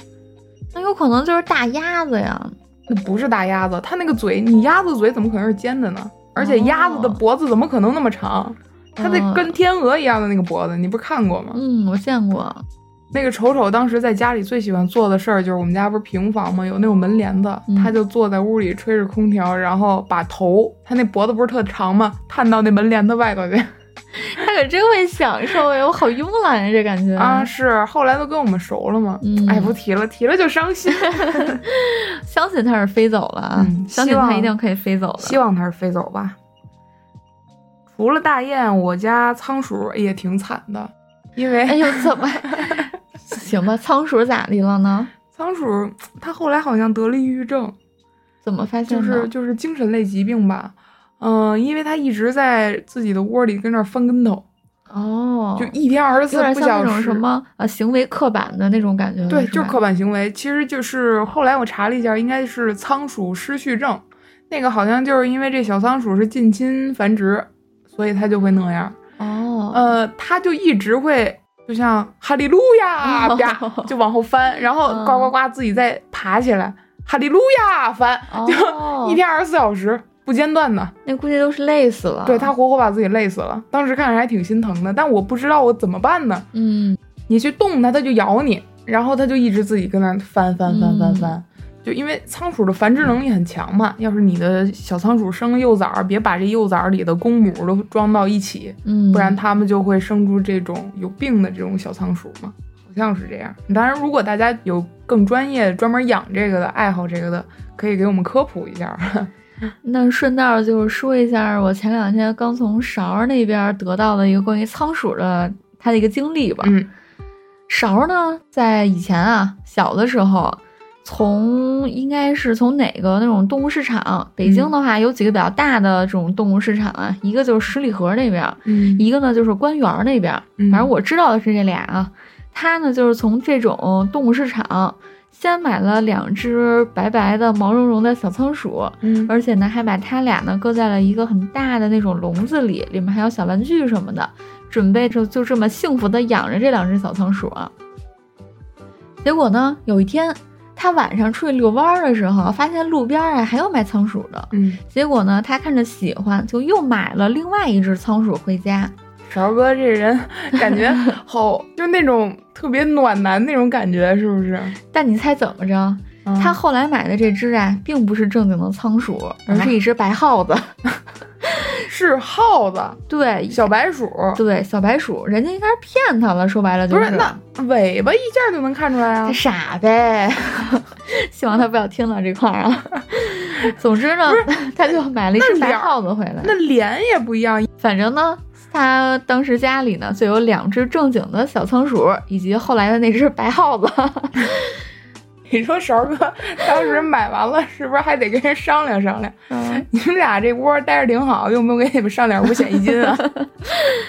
S2: 那有可能就是大鸭子呀。
S1: 那不是大鸭子，它那个嘴，你鸭子嘴怎么可能是尖的呢？而且鸭子的脖子怎么可能那么长？它得
S2: 哦嗯
S1: 跟天鹅一样的那个脖子，你不是看过吗？
S2: 嗯，我见过。
S1: 那个丑丑当时在家里最喜欢做的事儿就是，我们家不是平房吗？有那种门帘子，
S2: 嗯
S1: 他就坐在屋里吹着空调，然后把头，他那脖子不是特长吗？ 探到那门帘子外头去、
S2: 它可真会享受呀，我好慵懒呀，这感觉
S1: 啊！是，后来都跟我们熟了嘛。
S2: 嗯
S1: 哎，不提了，提了就伤心。
S2: 相信它是飞走了，啊
S1: 嗯，
S2: 相信
S1: 希望
S2: 它一定可以飞走的。
S1: 希望它是飞走吧。除了大雁，我家仓鼠也挺惨的，因为、
S2: 哎呦，怎么？行吧，仓鼠咋的了呢？
S1: 仓鼠它后来好像得了抑郁症。
S2: 怎么发现
S1: 就
S2: 的？
S1: 是就是精神类疾病吧。嗯、因为他一直在自己的窝里跟那儿翻跟头，
S2: 哦，
S1: 就一天二十四
S2: 有点
S1: 不
S2: 像那
S1: 小
S2: 种
S1: 时。
S2: 什么呃行为刻板的那种感觉了，
S1: 对，
S2: 是
S1: 就是
S2: 吧
S1: 刻板行为。其实就是后来我查了一下，应该是仓鼠失序症。那个好像就是因为这小仓鼠是近亲繁殖，所以它就会那样。
S2: 哦，
S1: 呃，它就一直会，就像哈利路亚啪就往后翻，然后
S2: 哦嗯
S1: 呱呱呱自己再爬起来，哈利路亚翻，
S2: 哦
S1: 一天二十四小时不间断的。
S2: 那估计都是累死了。
S1: 对他，活活把自己累死了，当时看着还挺心疼的，但我不知道我怎么办呢？
S2: 嗯，
S1: 你去动它，它就咬你，然后它就一直自己跟那儿翻翻翻翻
S2: 嗯
S1: 翻。就因为仓鼠的繁殖能力很强嘛，要是你的小仓鼠生了幼崽儿，别把这幼崽儿里的公母都装到一起，
S2: 嗯，
S1: 不然它们就会生出这种有病的这种小仓鼠嘛，好像是这样。当然，如果大家有更专业、专门养这个的、爱好这个的，可以给我们科普一下。
S2: 那顺道就是说一下，我前两天刚从勺儿那边得到的一个关于仓鼠的它的一个经历吧。
S1: 嗯
S2: 勺儿呢，在以前啊，小的时候，从应该是从哪个那种动物市场，北京的话、有几个比较大的这种动物市场啊，一个就是十里河那边，
S1: 嗯
S2: 一个呢就是官园那边，
S1: 嗯
S2: 反正我知道的是这俩啊。他呢就是从这种动物市场先买了两只白白的毛茸茸的小仓鼠，
S1: 嗯
S2: 而且呢还把它俩呢搁在了一个很大的那种笼子里，里面还有小玩具什么的，准备着就这么幸福的养着这两只小仓鼠啊。结果呢，有一天他晚上出去遛弯儿的时候，发现路边啊还有卖仓鼠的，
S1: 嗯，
S2: 结果呢，他看着喜欢，就又买了另外一只仓鼠回家。
S1: 勺哥这人感觉好，就那种特别暖男那种感觉，是不是？
S2: 但你猜怎么着？
S1: 嗯
S2: 他后来买的这只啊，并不是正经的仓鼠，而是一只白耗子。
S1: 是耗子、
S2: 对，
S1: 小白鼠，
S2: 对小白鼠，人家应该是骗他了。说白了就
S1: 不是那尾巴一下就能看出来啊
S2: 他。傻呗。 希望他不要听到这块儿啊。 总之呢，他就买了一只
S1: 那
S2: 白
S1: 脸儿
S2: 耗子回来。
S1: 那脸也不一样，
S2: 反正呢，他当时家里呢就有两只正经的小仓鼠，以及后来的那只白耗子。
S1: 你说勺哥当时买完了，是不是还得跟人商量商量？
S2: 嗯，
S1: 你们俩这窝待着挺好，用不用给你们上点五险一 金啊？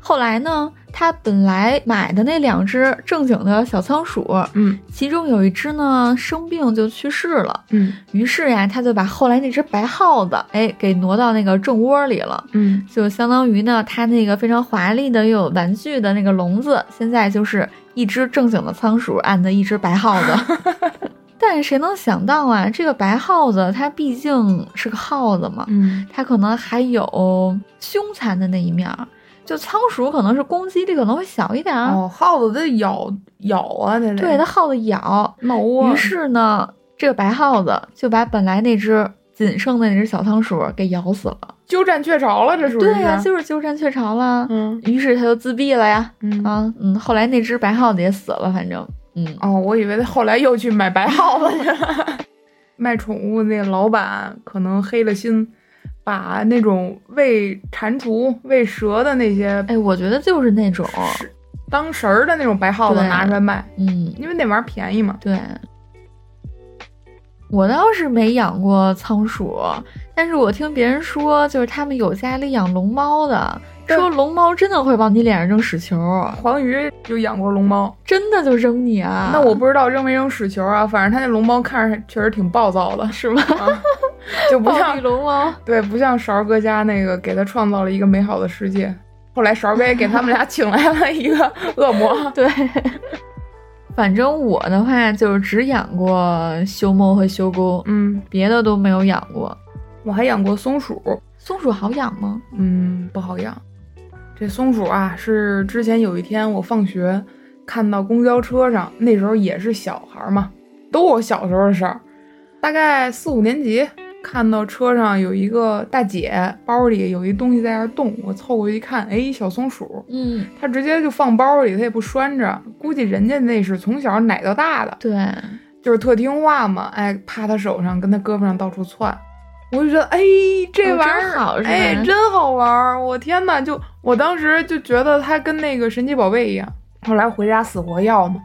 S2: 后来呢，他本来买的那两只正经的小仓鼠，
S1: 嗯
S2: 其中有一只呢生病就去世了。
S1: 嗯
S2: 于是呀，他就把后来那只白耗子，哎，给挪到那个正窝里了。
S1: 嗯
S2: 就相当于呢，它那个非常华丽的又有玩具的那个笼子，现在就是一只正经的仓鼠按的一只白耗 子。但谁能想到啊，这个白耗子它毕竟是个耗子嘛，
S1: 嗯
S2: 它可能还有凶残的那一面儿。就仓鼠可能是攻击力可能会小一点儿，
S1: 哦，耗子它咬咬啊，它得
S2: 对它耗子咬。
S1: 闹窝。
S2: 于是呢，这个白耗子就把本来那只仅剩的那只小仓鼠给咬死了。
S1: 鸠占鹊巢了，这属于
S2: 对呀、
S1: 是啊
S2: 就是鸠占鹊巢了。
S1: 嗯
S2: 于是它就自闭了呀。
S1: 嗯
S2: 啊，嗯，后来那只白耗子也死了，反正，嗯，
S1: 哦，我以为他后来又去买白耗子去了。 卖宠物那老板可能黑了心，把那种喂蟾蜍、喂蛇的那些
S2: 哎，我觉得就是那种，
S1: 当食儿的那种白耗子
S2: 哎对
S1: 拿出来卖，
S2: 嗯，
S1: 因为那玩意儿便宜嘛。
S2: 对。我倒是没养过仓鼠，但是我听别人说，就是他们有家里养龙猫的，
S1: 对
S2: 说龙猫真的会往你脸上扔屎球，
S1: 黄鱼就养过龙猫，
S2: 真的就扔你啊！
S1: 那我不知道扔没扔屎球啊，反正它那龙猫看着确实挺暴躁的，
S2: 是吗？
S1: 啊、就不
S2: 暴
S1: 像
S2: 力龙猫，
S1: 对，不像勺儿哥家那个给他创造了一个美好的世界。后来勺儿哥也给他们俩 请来了一个恶魔，
S2: 对。反正我的话就是只养过修猫和修狗，
S1: 嗯，
S2: 别的都没有养过。
S1: 我还养过松鼠，
S2: 松鼠好养吗？
S1: 嗯，不好养。这松鼠啊，是之前有一天我放学看到公交车上，那时候也是小孩儿嘛，都我小时候的事儿，大概四五年级，看到车上有一个大姐包里有一东西在那儿动，我凑过去一看，哎，小松鼠，
S2: 嗯，
S1: 它直接就放包里，它也不拴着，估计人家那是从小奶到大的，
S2: 对，
S1: 就是特听话嘛，哎，趴他手上，跟他胳膊上到处窜，我就觉得，哎，这
S2: 哦
S1: 玩意
S2: 真
S1: 儿，
S2: 好是吧
S1: 哎，真好玩儿，我天呐，就我当时就觉得它跟那个神奇宝贝一样。后来回家死活要嘛，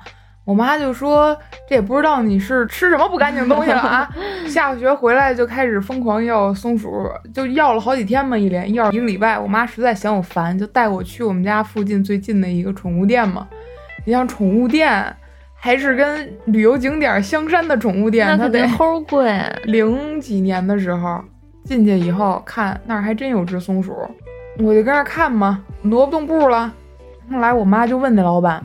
S1: 我妈就说这也不知道你是吃什么不干净东西了 啊。下学回来就开始疯狂要松鼠，就要了好几天嘛，一连要一个礼拜。我妈实在嫌我烦，就带我去我们家附近最近的一个宠物店嘛。你像宠物店，还是跟旅游景点相山的宠物店，
S2: 那
S1: 它
S2: 肯
S1: 得
S2: 定齁贵。
S1: 零几年的时候进去以后，看那儿还真有只松鼠，我就跟那儿看嘛，挪不动步了。后来我妈就问那老板：“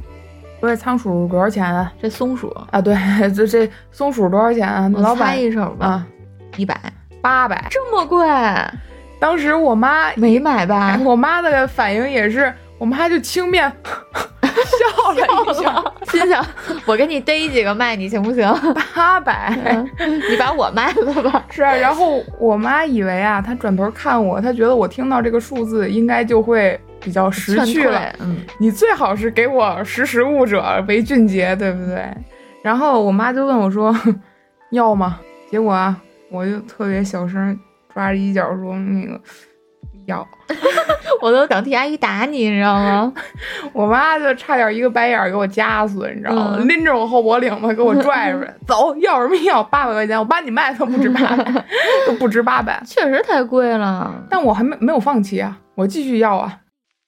S1: 说这哎仓鼠多少钱啊
S2: 这松鼠，？”
S1: 啊，对， 这这松鼠多少钱啊？
S2: 我
S1: 老
S2: 猜
S1: 板
S2: 一手吧，
S1: 啊，
S2: 一百，
S1: 八百。
S2: 这么贵，
S1: 当时我妈，
S2: 没买吧？
S1: 我妈的反应也是，我妈就轻蔑笑
S2: 哎
S1: 了 一下，
S2: 心想我给你逮几个卖你行不行？
S1: 八百。
S2: 你把我卖了吧。
S1: 是啊，然后我妈以为啊，她转头看我，她觉得我听到这个数字应该就会比较 识
S2: 劝
S1: 趣
S2: 退
S1: 了。，
S2: 嗯，
S1: 你最好是给我识时务者为俊杰，对不对？然后我妈就问我说：“ 要吗？”结果啊，我就特别小声抓着衣角说：“那个要。
S2: 我都想替阿姨打你，你知道 吗？”
S1: 我妈就差点一个白眼儿给我夹死，你知道吗？
S2: 嗯
S1: 拎着我后脖领子给我拽出来， 走，要什么要？八百块钱，我把你卖都不值八百， 都不值八百。
S2: 确实太贵 了。
S1: 但我还没没有放弃啊，我继续要啊，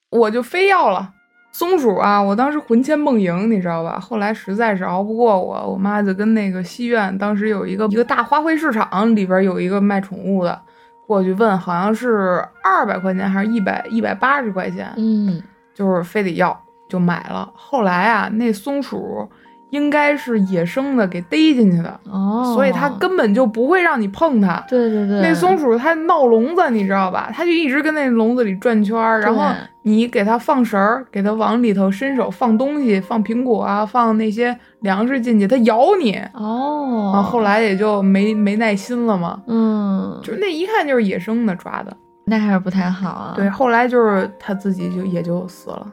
S1: 我就非要了。松鼠啊，我当时魂牵梦萦，你知道吧？后来实在是熬不过我，我妈就跟那个西苑当时有一个一个大花卉市场，里边有一个卖宠物的，过去问，好像是二百块钱还是一百一百八十块钱，
S2: 嗯，
S1: 就是非得要，就买了。后来啊，那松鼠应该是野生的给逮进去的，
S2: 哦，
S1: 所以它根本就不会让你碰它。
S2: 对对对，
S1: 那松鼠它闹笼子，你知道吧？它就一直跟那笼子里转圈儿，然后
S2: 对
S1: 你给它放绳儿，给它往里头伸手放东西，放苹果啊，放那些粮食进去，它咬你。
S2: 哦，
S1: 啊，后来也就没没耐心了嘛。
S2: 嗯，
S1: 就是那一看就是野生的抓的，
S2: 那还是不太好啊。
S1: 对，后来就是它自己就也就死了。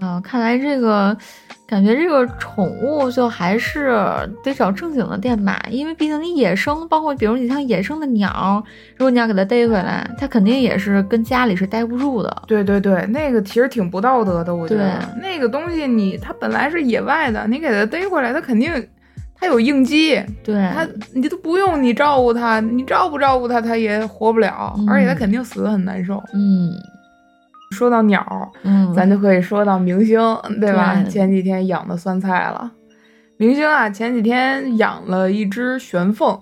S2: 啊，看来这个感觉这个宠物就还是得找正经的店买，因为毕竟你野生，包括比如你像野生的鸟，如果你要给它逮回来，它肯定也是跟家里是待不住的。
S1: 对对对，那个其实挺不道德的，我觉得
S2: 对
S1: 那个东西你它本来是野外的，你给它逮回来，它肯定它有应激，
S2: 对，
S1: 它你都不用你照顾它，你照顾照顾它，它也活不了，
S2: 嗯
S1: 而且它肯定死得很难受。
S2: 嗯
S1: 说到鸟，
S2: 嗯，
S1: 咱就可以说到明星，对吧？
S2: 对
S1: 前几天养的酸菜了，明星啊，前几天养了一只玄凤，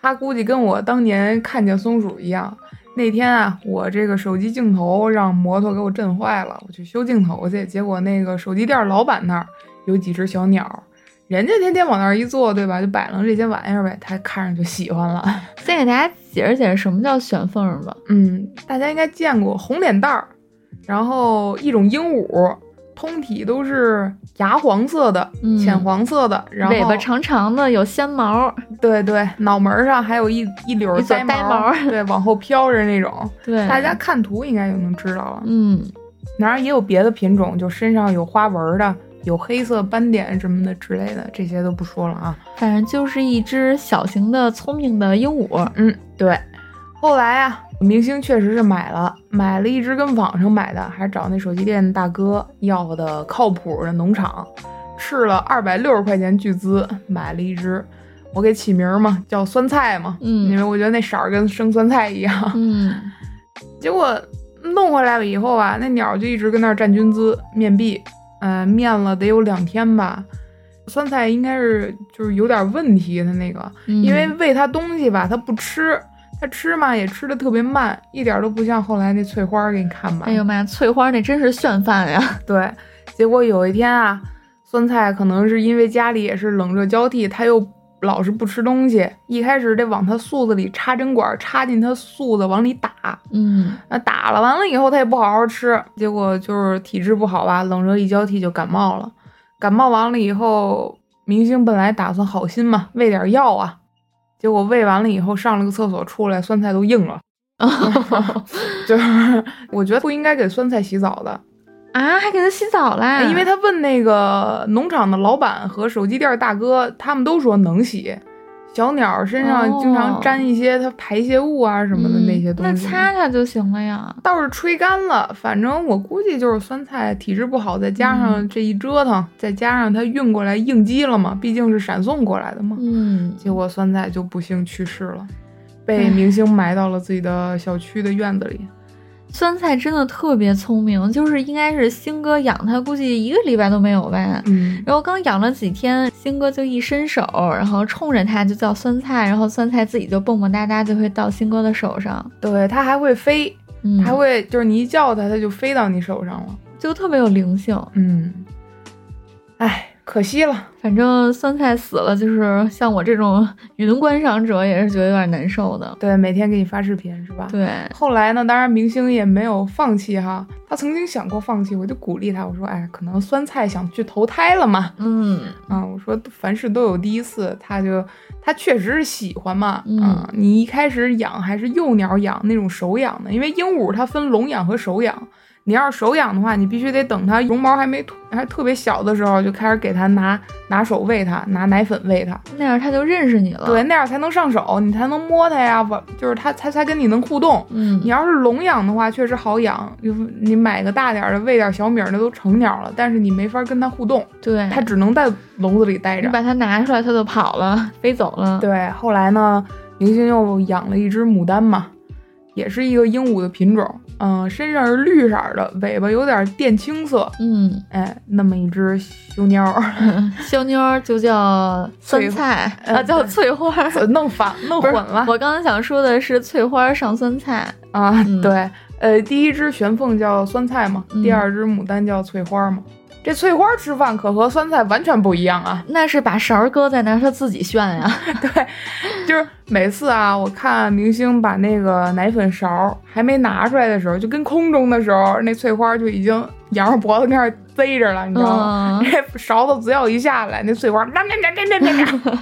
S1: 它估计跟我当年看见松鼠一样。那天啊，我这个手机镜头让摩托给我震坏了，我去修镜头去，结果那个手机店老板那儿有几只小鸟，人家天天往那儿一坐，对吧？就摆弄这些玩意儿呗，他看着就喜欢了。
S2: 先给大家解释解释什么叫玄凤吧。
S1: 嗯，大家应该见过红脸蛋儿，然后一种鹦鹉，通体都是牙黄色的、
S2: 嗯
S1: 浅黄色的，然后
S2: 尾巴长长的，有纤毛，
S1: 对对，脑门儿上还有一一绺儿
S2: 一撮
S1: 呆
S2: 呆毛
S1: 毛儿，对，往后飘着那种。
S2: 对，
S1: 大家看图应该就能知道了。
S2: 嗯
S1: 当然也有别的品种，就身上有花纹儿的，有黑色斑点什么的之类的，这些都不说了啊。
S2: 反正就是一只小型的聪明的 鹦鹉。
S1: 嗯，对。后来啊，明星确实是买了，买了一只跟网上买的，还找那手机店大哥要的靠谱的农场，斥了二百六十块钱巨资买了一只。我给起名儿嘛，叫酸菜嘛，
S2: 嗯
S1: 因为我觉得那色儿跟生酸菜一样。
S2: 嗯，
S1: 结果弄回来了以后啊，那鸟就一直跟那儿站军姿面壁，呃，面了得有两天吧。酸菜应该是就是有点问题，它那个，
S2: 嗯
S1: 因为喂它东西吧，它不吃，它吃嘛也吃的特别慢，一点都不像后来那翠花儿给你看吧。
S2: 哎呦妈呀，翠花那真是炫饭呀！
S1: 对，结果有一天啊，酸菜可能是因为家里也是冷热交替，它又老是不吃东西，一开始得往它肚子里插针管，插进它肚子往里打，
S2: 嗯
S1: 那打了完了以后，它也不好好吃，结果就是体质不好吧，冷热一交替就感冒了。感冒完了以后，明星本来打算好心嘛，喂点药啊，结果喂完了以后上了个厕所出来，酸菜都硬了。
S2: 啊
S1: 就是 我觉得不应该给酸菜洗澡的，
S2: 啊，还给它洗澡啦？
S1: 哎因为他问那个农场的老板和手机店大哥，他们都说能洗。小鸟身上经常
S2: 哦
S1: 沾一些它排泄物啊什么的
S2: 嗯
S1: 那些东西，
S2: 那擦擦就行了呀。
S1: 倒是吹干了，反正我估计就是酸菜体质不好，再加上这一折腾，再加上它运过来应激了嘛，毕竟是闪送过来的嘛，
S2: 嗯，
S1: 结果酸菜就不幸去世了，被明星埋到了自己的小区的院子里。
S2: 酸菜真的特别聪明，就是应该是星哥养它，估计一个礼拜都没有吧。
S1: 嗯，
S2: 然后刚养了几天，星哥就一伸手，然后冲着它就叫酸菜，然后酸菜自己就蹦蹦哒哒就会到星哥的手上，
S1: 对，它还会飞，
S2: 嗯，
S1: 还会就是你一叫它，它就飞到你手上了。
S2: 就特别有灵性。
S1: 嗯，哎，可惜了。
S2: 反正酸菜死了，就是像我这种云观赏者也是觉得有点难受的。
S1: 对，每天给你发视频是吧？。
S2: 对，
S1: 后来呢，当然明星也没有放弃哈，他曾经想过放弃，我就鼓励他，我说，哎，可能酸菜想去投胎了嘛，
S2: 嗯，
S1: 啊，我说凡事都有第一次，他就他确实是喜欢嘛，
S2: 嗯
S1: 啊，你一开始养还是幼鸟养那种手养的，因为鹦鹉它分笼养和手养。你要是手养的话，你必须得等它绒毛还没吐，还特别小的时候，就开始给它拿拿手喂它，拿奶粉喂它，
S2: 那样它就认识你了。
S1: 对，，那样才能上手，你才能摸它呀，玩就是它才才跟你能互动。
S2: 嗯
S1: 你，要是笼养的话，确实好养，就是你买个大点儿的，喂点小米儿，那都成鸟了。但是你没法跟它互动，
S2: 对，
S1: 它只能在笼子里待
S2: 你
S1: 着。
S2: 把它拿出来，它就跑了，飞走了。，
S1: 对，后来呢，明星又养了一只牡丹嘛，也是一个鹦鹉的品种，嗯、身上是绿色儿的，尾巴有点靛青色，
S2: 嗯，
S1: 哎，那么一只小鸟儿，
S2: 小妞儿就叫酸菜
S1: 翠花呃
S2: 啊，叫翠花。
S1: 弄反弄
S2: 不
S1: 混
S2: 是
S1: 了
S2: 我刚才想说的是翠花上酸菜。
S1: 啊
S2: 嗯！
S1: 对，呃，第一只玄凤叫酸菜嘛，
S2: 嗯
S1: 第二只牡丹叫翠花嘛。这翠花吃饭可和酸菜完全不一样啊！
S2: 那是把勺儿搁在那儿，它自己炫呀、
S1: 就是每次啊，我看明星把那个奶粉勺还没拿出来的时候，就跟空中的时候，那翠花就已经仰着脖子那儿贼着了，你知道吗？
S2: 嗯，
S1: 那勺子只要一下来，那翠花喵喵喵喵喵喵，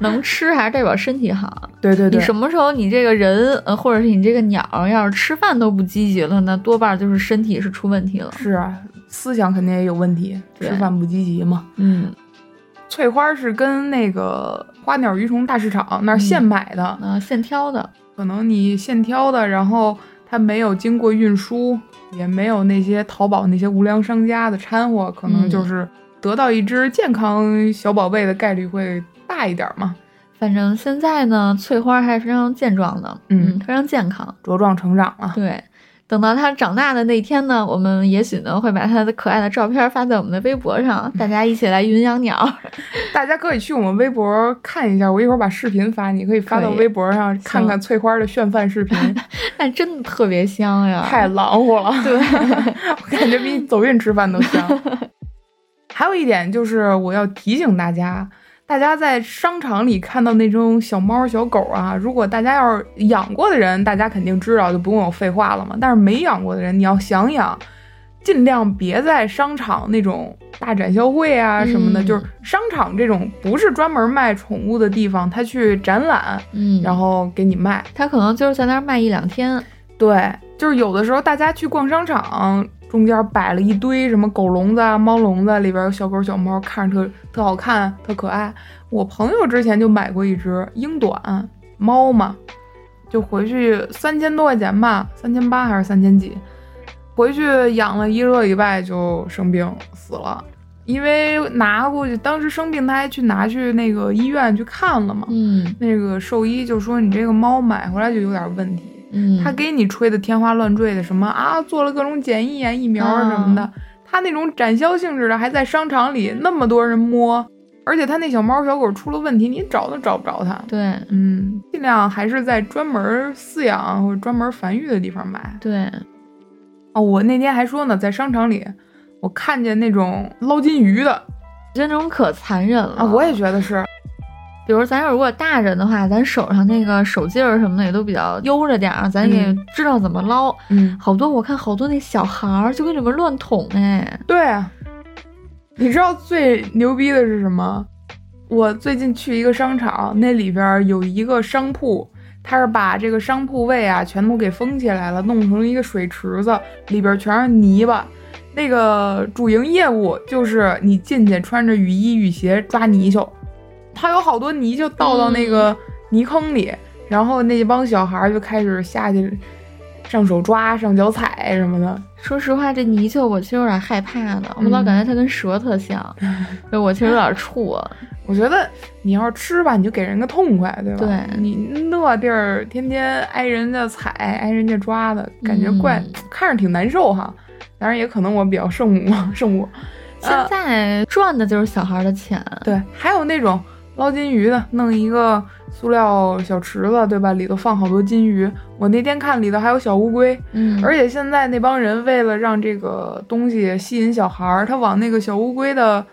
S2: 能吃还是代表身体好。
S1: 对对
S2: 你
S1: 对，
S2: 什么时候你这个人，呃，或者是你这个鸟，要是吃饭都不积极了，那多半就是身体是出问题了。
S1: 是啊，思想肯定也有问题，
S2: 对
S1: 吃饭不积极嘛。
S2: 嗯，
S1: 翠花是跟那个花鸟鱼虫大市场那儿
S2: 嗯
S1: 现买的，
S2: 啊、现挑的，
S1: 可能你现挑的，然后它没有经过运输，也没有那些淘宝那些无良商家的掺和，可能
S2: 嗯
S1: 就是得到一只健康小宝贝的概率会大一点嘛，
S2: 反正现在呢，翠花还是非常健壮的，
S1: 嗯
S2: 非常健康。
S1: 茁壮成长啊了。
S2: 对，等到它长大的那天呢，我们也许呢会把它的可爱的照片发在我们的微博上，大家一起来云养鸟。
S1: 大家可以去我们微博看一下，我一会儿把视频发，你可以发到
S2: 可以
S1: 微博上看看翠花的炫饭视频，
S2: 但真的特别香呀！
S1: 太狼乎了。
S2: 啊 对，
S1: 我感觉比走运吃饭都 香。还有一点就是，我要提醒大家，大家在商场里看到那种小猫、小狗啊，如果大家要是养过的人，大家肯定知道，就不用我废话了嘛。但是没养过的人，你要想想，尽量别在商场那种大展销会啊什么的，
S2: 嗯
S1: 就是商场这种不是专门卖宠物的地方，它去展览，
S2: 嗯，
S1: 然后给你卖。
S2: 它可能就是在那儿卖一两天，
S1: 对，就是有的时候大家去逛商场，中间摆了一堆什么狗笼子啊、猫笼子，里边有小狗小猫，看着特特好看、特可爱。我朋友之前就买过一只英短猫嘛，就回去三千多块钱吧，三千八还是三千几，回去养了一个礼拜就生病死了。因为拿过去，当时生病，他还去拿去那个医院去看了嘛。
S2: 嗯
S1: 那个兽医就说你这个猫买回来就有点问题，
S2: 嗯，
S1: 他给你吹的天花乱坠的，什么啊，做了各种检疫啊、疫苗啊什么的。他那种展销性质的，还在商场里那么多人摸，而且他那小猫小狗出了问题，你找都找不着它。
S2: 对
S1: 嗯，尽量还是在专门饲养或者专门繁育的地方买。
S2: 对，
S1: 哦，我那天还说呢，在商场里我看见那种捞金鱼的
S2: 觉得那种可残忍了。
S1: 啊，我也觉得是，
S2: 比如咱如果大人的话，咱手上那个手劲儿什么的也都比较悠着点儿，咱也知道怎么捞。
S1: 嗯，
S2: 好多我看好多那小孩儿就跟里面乱捅哎，
S1: 对啊，你知道最牛逼的是什么？我最近去一个商场，那里边儿有一个商铺，它是把这个商铺位啊全都给封起来了，弄成一个水池子，里边全是泥巴。那个主营业务就是你进去穿着雨衣雨鞋抓泥鳅，它有好多泥鳅倒到那个泥坑里，然后那帮小孩儿就开始下去上手抓、上脚踩什么的。
S2: 说实话，这泥鳅我其实有点害怕的，我
S1: 嗯
S2: 老感觉它跟蛇特像，就我其实有点怵。
S1: 我觉得你要是吃吧，你就给人个痛快，对吧？
S2: 对
S1: 你那地儿天天挨人家踩、挨人家抓的，感觉怪，
S2: 嗯
S1: 看着挺难受哈。当然也可能我比较圣母， 圣母。
S2: 现在赚的就是小孩儿的钱，
S1: 对，还有那种捞金鱼的，弄一个塑料小池子，对吧？里头放好多金鱼。我那天看里头还有小乌龟，
S2: 嗯，
S1: 而且现在那帮人为了让这个东西吸引小孩儿，他往那个小乌龟的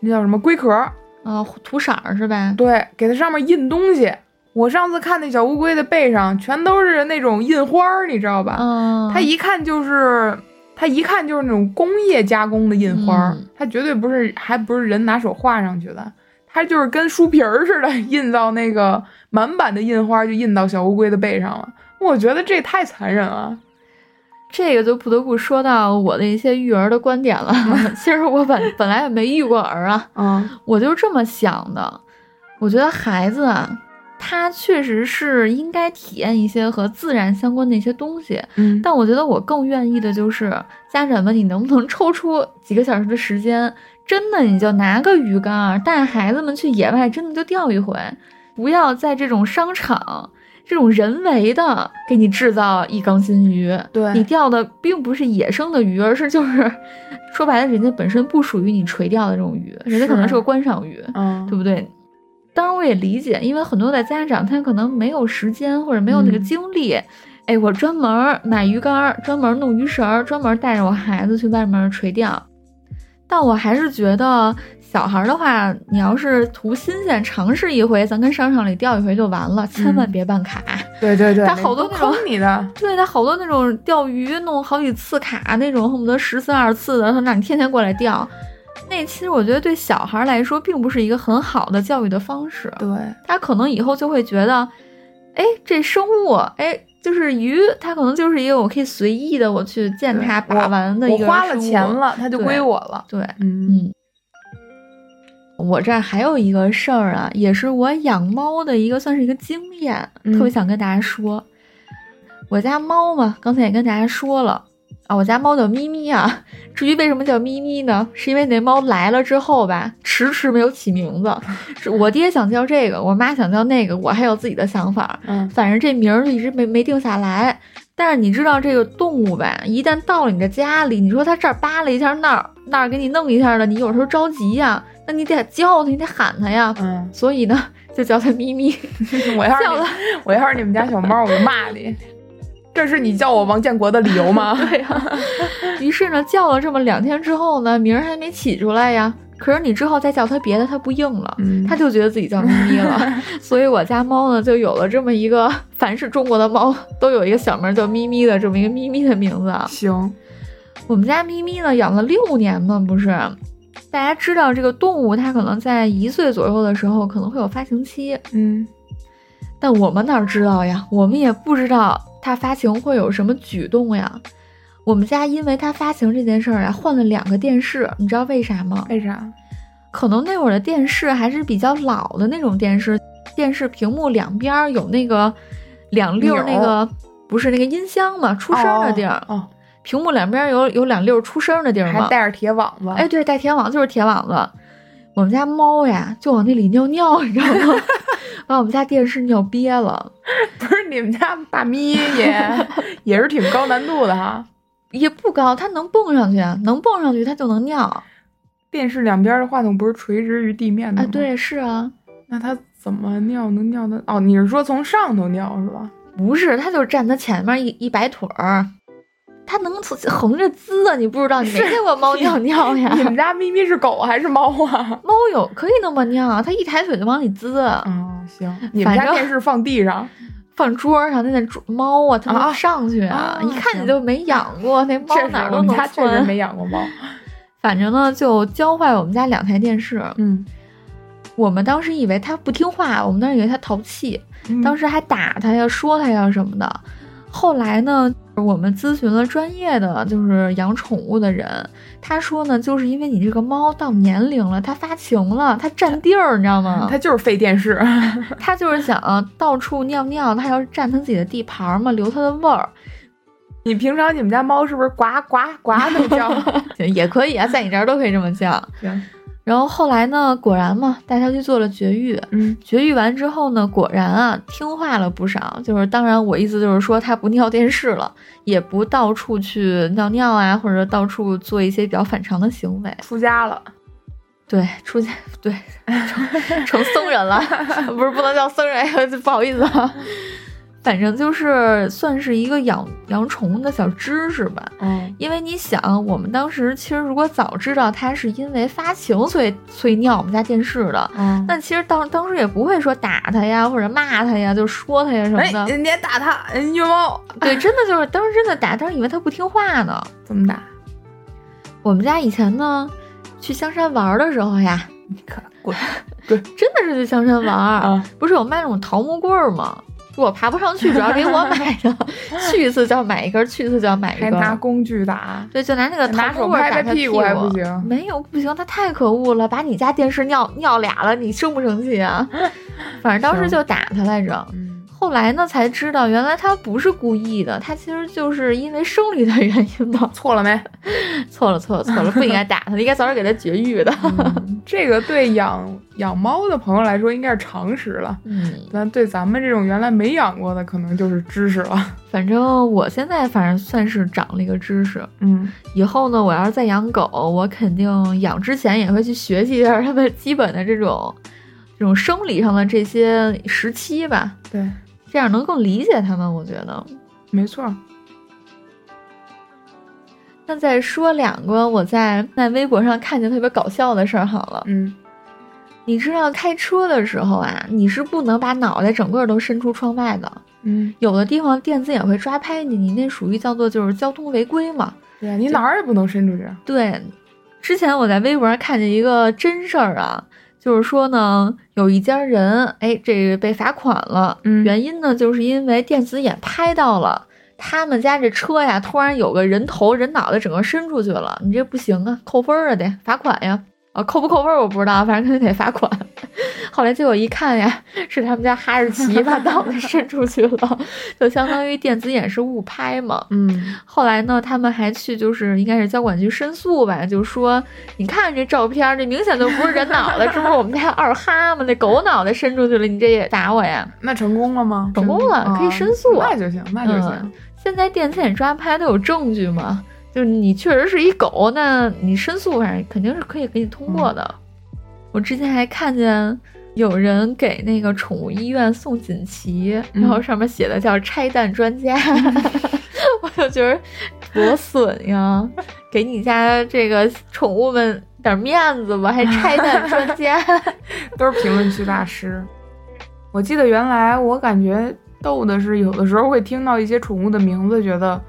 S1: 那叫什么龟壳儿
S2: 啊涂色儿是吧？
S1: 对，给它上面印东西。我上次看那小乌龟的背上全都是那种印花儿，你知道吧？
S2: 嗯，
S1: 它一看就是，它一看就是那种工业加工的印花儿，
S2: 嗯
S1: 它绝对不是，还不是人拿手画上去的，它就是跟书皮儿似的印到那个满版的印花儿就印到小乌龟的背上了。我觉得这太残忍了。
S2: 这个就不得不说到我的一些育儿的观点 了。其实我本本来也没育过儿啊，
S1: 嗯
S2: 我就是这么想的。我觉得孩子啊，他确实是应该体验一些和自然相关的一些东西，
S1: 嗯，
S2: 但我觉得我更愿意的就是家长们，你能不能抽出几个小时的时间，真的你就拿个鱼竿儿带孩子们去野外，真的就钓一回，不要在这种商场。这种人为的给你制造一缸金鱼，
S1: 对
S2: 你钓的并不是野生的鱼，而是就是 说白了，人家本身不属于你垂钓的这种鱼，人家可能是个观赏鱼，
S1: 嗯，
S2: 对不对？当然我也理解，因为很多的家长他可能没有时间或者没有那个
S1: 嗯
S2: 精力哎，我专门儿买鱼竿儿，专门儿弄鱼绳儿，专门儿带着我孩子去外面垂钓。但我还是觉得小孩儿的话，你要是图新鲜，尝试一回，咱跟商场里钓一回就完了，千万
S1: 嗯
S2: 别办卡。
S1: 对对对，
S2: 他好多
S1: 都
S2: 那种
S1: 坑你的，
S2: 对他好多那种钓鱼弄好几次卡那种，恨不得十次二十次的，他让你天天过来钓。那其实我觉得对小孩儿来说，并不是一个很好的教育的方式。
S1: 对，
S2: 他可能以后就会觉得，哎，这生物，哎，就是鱼，它可能就是一个我可以随意的我去见它
S1: 对
S2: 把玩的一
S1: 我
S2: 个
S1: 花了
S2: 生物
S1: 钱。了，它就
S2: 对
S1: 归我了。
S2: 对，
S1: 嗯
S2: 嗯。我这儿还有一个事儿啊，也是我养猫的一个算是一个经验，
S1: 嗯
S2: 特别想跟大家说。我家猫嘛，刚才也跟大家说了啊，我家猫叫咪咪啊。 至于为什么叫咪咪呢？是因为那猫来了之后吧，迟迟没有起名字。是我爹想叫这个，我妈想叫那个，我还有自己的想法。
S1: 嗯，
S2: 反正这名儿就一直没没定下来。但是你知道这个动物吧，一旦到了你的家里，你说它这儿扒拉一下那儿那儿给你弄一下的，你有时候着急呀，那你得叫它，你得喊它呀。
S1: 嗯，
S2: 所以呢，就叫它咪 咪，
S1: 我要是
S2: 叫
S1: 你
S2: 了
S1: 我要是你们家小猫，我就骂你。这是你叫我王建国的理由吗？
S2: 对呀、于是呢，叫了这么两天之后呢，名儿还没起出来呀。可是你之后再叫它别的，它不应了。
S1: 嗯
S2: 它就觉得自己叫咪咪了， 所以我家猫呢就有了这么一个，凡是中国的猫都有一个小名儿叫咪咪的这么一个咪咪的名字啊。
S1: 行，
S2: 我们家咪咪呢养了六年嘛，不是？大家知道这个动物，它可能在一岁左右的时候可能会有发情期，
S1: 嗯，
S2: 但我们哪知道呀？我们也不知道它发情会有什么举动呀。我们家因为它发情这件事儿啊，换了两个电视，你知道为啥吗？
S1: 为啥？
S2: 可能那会儿的电视还是比较老的那种电视，电视屏幕两边儿有那个两溜儿
S1: 钮
S2: 那个，不是那个音箱嘛，出声儿的地儿，
S1: 哦，
S2: 屏幕两边儿有有两溜儿出声儿的地儿
S1: 还
S2: 嘛。
S1: 带着铁网子。
S2: 哎，，对，带铁网就是铁网子。我们家猫呀，就往那里尿尿，你知道吗？ 把我们家电视尿憋了，
S1: 不是你们家大咪 也也是挺高难度的哈。
S2: 也不高，它能蹦上去，啊，能蹦上去它就能尿。
S1: 电视两边的话筒不是垂直于地面的
S2: 哎，
S1: 吗？，
S2: 对，是啊，
S1: 那它怎么尿能尿的？哦，你是说从上头尿是吧？
S2: 不是，它就站它前面一一摆腿儿，它能从横着滋啊！你不知道，你没见过猫尿尿呀？
S1: 你们家咪咪是狗还是猫 啊？
S2: 猫有可以那么尿，啊它一抬腿就往里滋，
S1: 嗯，行，你们
S2: 反
S1: 家
S2: 正
S1: 电视放地上，
S2: 放桌上那那桌猫啊，它
S1: 啊
S2: 能上去
S1: 啊
S2: 一看
S1: 行
S2: 你就没养过， 那猫
S1: 这是
S2: 哪儿
S1: 我
S2: 都
S1: 们
S2: 能
S1: 家确实
S2: 窜。啊
S1: 没养过猫。
S2: 反正呢，就教坏我们家两台电视。
S1: 嗯，
S2: 我们当时以为它不听话，我们当时以为它淘气，
S1: 嗯
S2: 当时还打它呀、说它呀什么的。后来呢，我们咨询了专业的，就是养宠物的人，他说呢，就是因为你这个猫到年龄了，它发情了，它占地儿，你知道 吗
S1: 它？就是费电视。
S2: 它就是想、到处尿尿，它要是占它自己的地盘儿嘛，留它的味儿
S1: 你平常你们家猫是不是呱呱呱的 叫？
S2: 也可以啊，在你这儿都可以这么叫。
S1: 行，
S2: 然后后来呢，果然嘛，带它去做了绝育，
S1: 嗯，
S2: 绝育完之后呢，果然啊，听话了不少。就是当然，我意思就是说，它不尿电视了，也不到处去尿尿啊，或者到处做一些比较反常的行为。
S1: 出家了。
S2: 对，出家 对成成僧人了， 不是不能叫僧人， 不好意思啊。反正就是算是一个养养宠物的小知识吧。
S1: 嗯，
S2: 因为你想，我们当时其实如果早知道它是因为发情所以所以尿我们家电视的，
S1: 嗯
S2: 但其实当当时也不会说打他呀，或者骂他呀，就说他呀什么
S1: 哎
S2: 的。，
S1: 你别打它，哎虐猫
S2: 对，真的就是当时真的打，当时以为他不听话呢。
S1: 怎么打？
S2: 我们家以前呢，去香山玩的时候呀，
S1: 你可滚
S2: 真的是去香山玩，
S1: 啊！
S2: 不是有卖那种桃木棍儿吗？我爬不上去，主要给我买 的，去一次就要买一根，去一次就要买一
S1: 还拿
S2: 根。
S1: 工具打，
S2: 对，就拿那个
S1: 拿
S2: 桃
S1: 手
S2: 木棍儿
S1: 拍
S2: 打
S1: 拍
S2: 他
S1: 屁
S2: 股
S1: 股还不行
S2: 没有不行，他太可恶了，把你家电视尿尿俩了，你生不生气啊？ 反正当时
S1: 行
S2: 就打他来着。
S1: 嗯，。
S2: 后来呢，才知道原来他不是故意的，他其实就是因为生理的原因吧
S1: 错了没？
S2: 错了，错了，错了，不应该打他，应该早点给他绝育的。
S1: 嗯这个对养养猫的朋友来说应该是常识了。
S2: 嗯，
S1: 那对咱们这种原来没养过的，可能就是知识了。
S2: 反正我现在反正算是长了一个知识。
S1: 嗯，
S2: 以后呢，我要是再养狗，我肯定养之前也会去学习一下它们基本的这种这种生理上的这些时期吧，
S1: 对，
S2: 这样能更理解它们。我觉得
S1: 没错儿，
S2: 那再说两个我在在微博上看见特别搞笑的事儿好了。
S1: 嗯，
S2: 你知道开车的时候啊，你是不能把脑袋整个都伸出窗外的，
S1: 嗯，
S2: 有的地方电子眼会抓拍你，你那属于叫做就是交通违规嘛。
S1: 对啊呀，你哪儿也不能伸出去。啊
S2: 对，之前我在微博上看见一个真事儿啊，就是说呢，有一家人，哎，这个被罚款了，
S1: 嗯
S2: 原因呢，就是因为电子眼拍到了他们家这车呀，突然有个人头、人脑袋整个伸出去了，你这不行啊，扣分儿啊，得罚款呀。啊，扣不扣分儿我不知道，反正肯定得罚款。 后来结果一看呀，是他们家哈士奇把脑袋伸出去了，就相当于电子眼是误拍嘛。
S1: 嗯，
S2: 后来呢，他们还去就是应该是交管局申诉吧，就说你看这照片儿，这明显就不是人脑袋，这不是我们家二哈吗？那狗脑袋伸出去了，你这也打我呀？
S1: 那成功了吗？
S2: 成功了
S1: 啊
S2: 可以申诉
S1: 那就行，那就
S2: 嗯
S1: 行。
S2: 现在电子眼抓拍都有证据嘛，就是你确实是一狗，那你申诉反正肯定是可以给你通过的。
S1: 嗯
S2: 我之前还看见有人给那个宠物医院送锦旗，
S1: 嗯
S2: 然后上面写的叫“拆弹专 家”，我就觉得多损呀！给你家这个宠物们点面子吧，还拆弹 专家。
S1: 都是评论区大师。我记得原来我感觉逗的是，有的时候会听到一些宠物的名字，觉得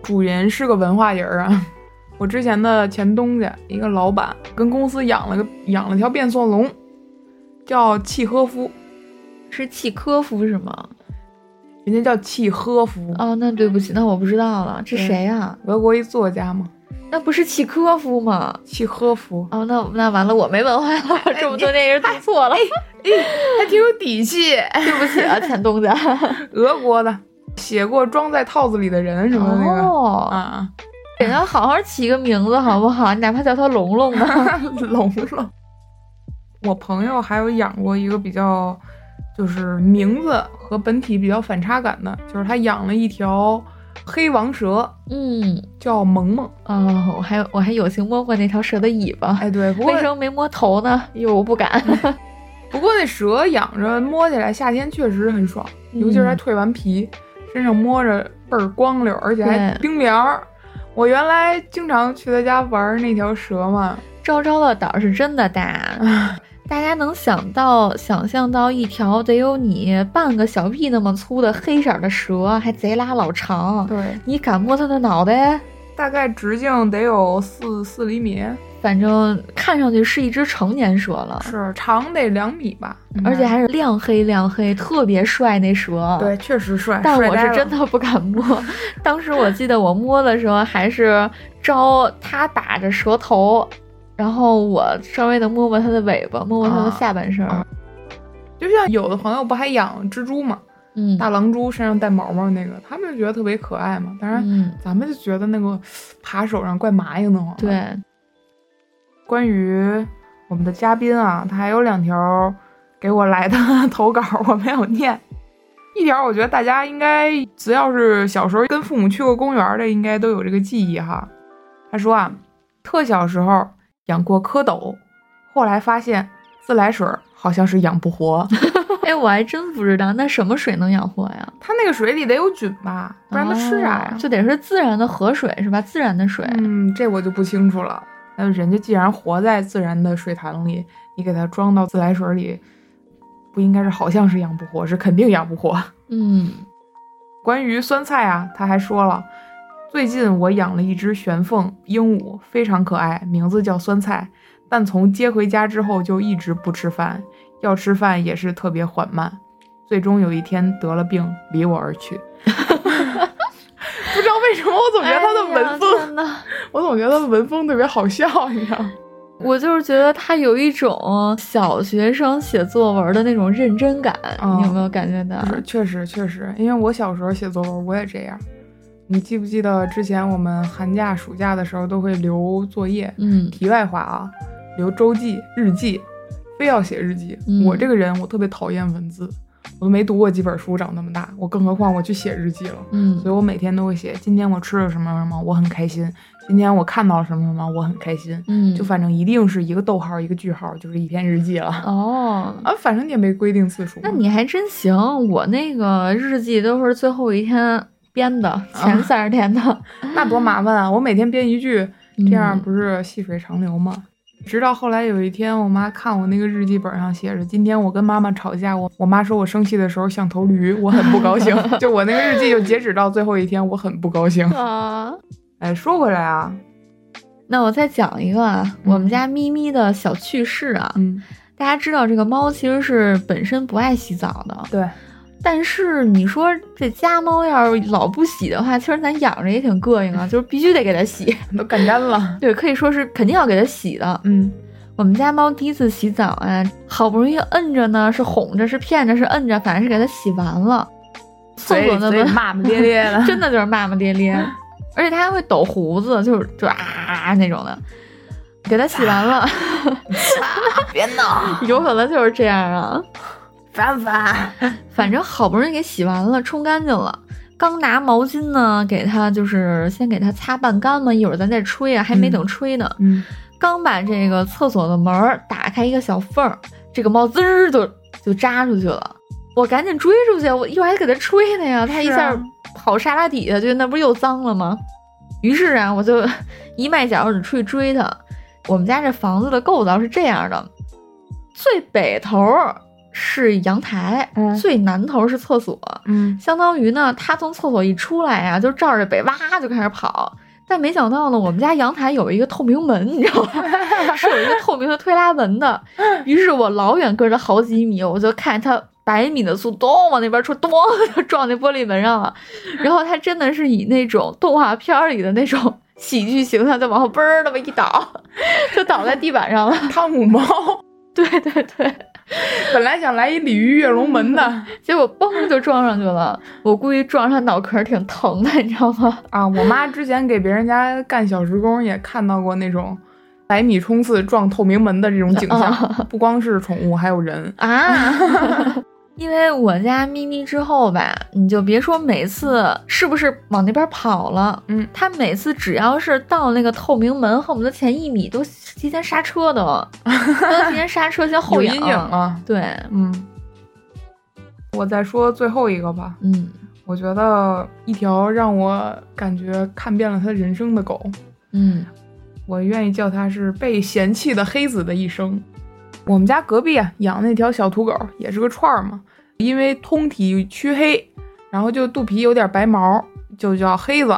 S1: 主人是个文化人儿啊。 我之前的前东家一个老板跟公司养了个养了条变色龙，叫契诃夫，
S2: 是契科夫是吗？
S1: 人家叫契诃夫，
S2: 哦，那对不起，那我不知道了，这
S1: 对
S2: 谁呀、
S1: 俄国一作家嘛，
S2: 那不是契科夫吗？
S1: 契诃夫，
S2: 哦，那那完了，我没文化了，我这么多年也是读错了，
S1: 还挺有底气。
S2: 对不起啊，前东家。
S1: 俄国的，写过《装在套子里的人》什么的那个、啊
S2: 哦，
S1: 啊，
S2: 给他好好起个名字好不好？你哪怕叫他龙龙呢。
S1: 聋了。我朋友还有养过一个比较，就是名字和本体比较反差感的，就是他养了一条黑王蛇，
S2: 嗯，
S1: 叫萌萌。
S2: 哦，我还有我还有幸摸过那条蛇的尾巴，
S1: 哎，对，不过嗯
S2: 为什么没摸头呢？因为我不敢。
S1: 不过那蛇养着摸起来夏天确实很爽，尤其是它
S2: 嗯
S1: 蜕完皮，身上摸着倍儿光溜，而且还
S2: 对
S1: 冰凉儿。我原来经常去他家玩那条蛇嘛，
S2: 昭昭的胆儿是真的大，
S1: 啊
S2: 大家能想到想象到一条得有你半个小屁那么粗的黑色的蛇，还贼拉老长，
S1: 对，
S2: 你敢摸它的脑袋？
S1: 大概直径得有四四厘米，
S2: 反正看上去是一只成年蛇了，
S1: 是长得两米吧，
S2: 而且还是亮黑亮黑，特别帅那蛇。
S1: 对，，确实帅。
S2: 啊但
S1: 帅
S2: 我
S1: 呆
S2: 是
S1: 了
S2: 真的不敢摸。 当时我记得我摸的时候还是招它把着蛇头，然后我稍微的摸摸它的尾巴，摸摸它的
S1: 啊
S2: 下半身。
S1: 啊就像有的朋友不还养蜘蛛嘛，
S2: 嗯，
S1: 大狼蛛身上带毛毛那个，他们就觉得特别可爱嘛。当然，
S2: 嗯，
S1: 咱们就觉得那个爬手上怪麻硬的慌。，
S2: 对，
S1: 关于我们的嘉宾啊，他还有两条给我来的 投稿，我没有念。一条我觉得大家应该只要是小时候跟父母去过公园的，应该都有这个记忆哈。他说啊，特小时候养过蝌蚪，后来发现自来水儿好像是养不活。
S2: 哎，我还真不知道那什么水能养活呀？
S1: 它那个水里得有菌吧，不然它吃啥呀
S2: 哦？就得是自然的河水是吧？自然的水。
S1: 嗯，这我就不清楚了。那人家既然活在自然的水潭里，你给它装到自来水里，不应该是好像是养不活，是肯定养不活。
S2: 嗯，
S1: 关于酸菜啊，他还说了，最近我养了一只玄凤鹦鹉，非常可爱，名字叫酸菜。但从接回家之后就一直不吃饭，要吃饭也是特别缓慢，最终有一天得了病，离我而去。 不知道为什么，我总觉得他的文风，
S2: 哎呀天呐
S1: 我总觉得他的文风特别好笑，你知道吗？
S2: 我就是觉得他有一种小学生写作文的那种认真感，
S1: 哦
S2: 你有没有感觉到？
S1: 是，确实确实，因为我小时候写作文我也这样。你记不记得之前我们寒假、暑假的时候都会留作业？
S2: 嗯
S1: 题外话啊，留周记、日记，非要写日记。
S2: 嗯
S1: 我这个人我特别讨厌文字，我都没读过几本书，长那么大，我更何况我去写日记了。
S2: 嗯
S1: 所以我每天都会写，今天我吃了什么什么，我很开心；今天我看到了什么什么，我很开心。
S2: 嗯，
S1: 就反正一定是一个逗号，一个句号，就是一篇日记了。
S2: 哦。
S1: 啊，反正你也没规定次数嘛。
S2: 那你还真行，我那个日记都是最后一天编
S1: 啊
S2: 的，前三十天的，
S1: 那多麻烦啊！我每天编一句，
S2: 嗯
S1: 这样不是细水长流吗？直到后来有一天，我妈看我那个日记本上写着：“今天我跟妈妈吵架，我我妈说我生气的时候像头驴，我很不高 兴。”就我那个日记就截止到最后一天，我很不高兴。
S2: 啊。
S1: 哎，说回来啊，
S2: 那我再讲一个啊，
S1: 嗯
S2: 我们家咪咪的小趣事啊。
S1: 嗯，
S2: 大家知道这个猫其实是本身不爱洗澡的，
S1: 对，
S2: 但是你说这家猫要是老不洗的话，其实咱养着也挺膈 应啊，就是必须得给它洗。
S1: 都干干了。
S2: 对，可以说是肯定要给它洗的。
S1: 嗯，
S2: 我们家猫第一次洗澡啊，好不容易摁着呢，是哄着，是骗着，是摁着，反正是给它洗完了。厕所
S1: 嘴
S2: 的
S1: 嘴
S2: 门。
S1: 骂骂咧咧的
S2: 真的就是 骂骂咧咧，而且它还会抖胡子，就是就啊那种的。给它洗完 了，
S1: 别闹，
S2: 有可能就是这样啊。
S1: 烦不烦？
S2: 反正好不容易给洗完了，冲干净了。刚拿毛巾呢，给它就是先给它擦半干嘛，一会儿咱再吹啊，还没
S1: 嗯
S2: 等吹呢。
S1: 嗯，
S2: 刚把这个厕所的门儿打开一个小缝儿，这个猫滋儿就就扎出去了。我赶紧追出去，我一会儿还给它吹呢呀，它一
S1: 是
S2: 下
S1: 啊
S2: 跑沙发底下去，那不是又脏了吗？于是啊，我就 一迈脚我就出去追它。我们家这房子的构造是这样的：最北头儿是阳台，
S1: 嗯
S2: 最南头是厕所。
S1: 嗯，
S2: 相当于呢，它从厕所一出来啊，就照着北哇就开始跑。但没想到呢，我们家阳台有一个透明门，你知道吧？ 是有一个透明的推拉门的。于是我老远跟着好几米，我就看它百米的速度咚往那边冲，咚就撞那玻璃门上了。然后它真的是以那种动画片儿里的那种喜剧形象，就往后嘣儿那么一倒，就倒在地板上了。
S1: 汤姆猫
S2: 对对对。
S1: 本来想来一鲤鱼跃龙门的
S2: 结果嘣就撞上去了，我估计撞上脑壳儿挺疼的，你知道吗？
S1: 啊！我妈之前给别人家干小时工也看到过那种百米冲刺撞透明门的这种景象，不光是宠物，还有人。
S2: 啊，因为我家咪咪之后吧，你就别说每次是不是往那边跑了，
S1: 嗯，
S2: 它每次只要是到那个透明门，恨不得前一米都提前刹车的， 都提前刹车先 后
S1: 有
S2: 仰。
S1: 阴影啊。
S2: 对，
S1: 嗯，我再说最后一个吧。
S2: 嗯
S1: 我觉得一条让我感觉看遍了他人生的狗，
S2: 嗯
S1: 我愿意叫它是被嫌弃的黑子的一生。我们家隔壁啊养那条小土狗，也是个串儿嘛，因为通体黢黑，然后就肚皮有点白毛，就叫黑子。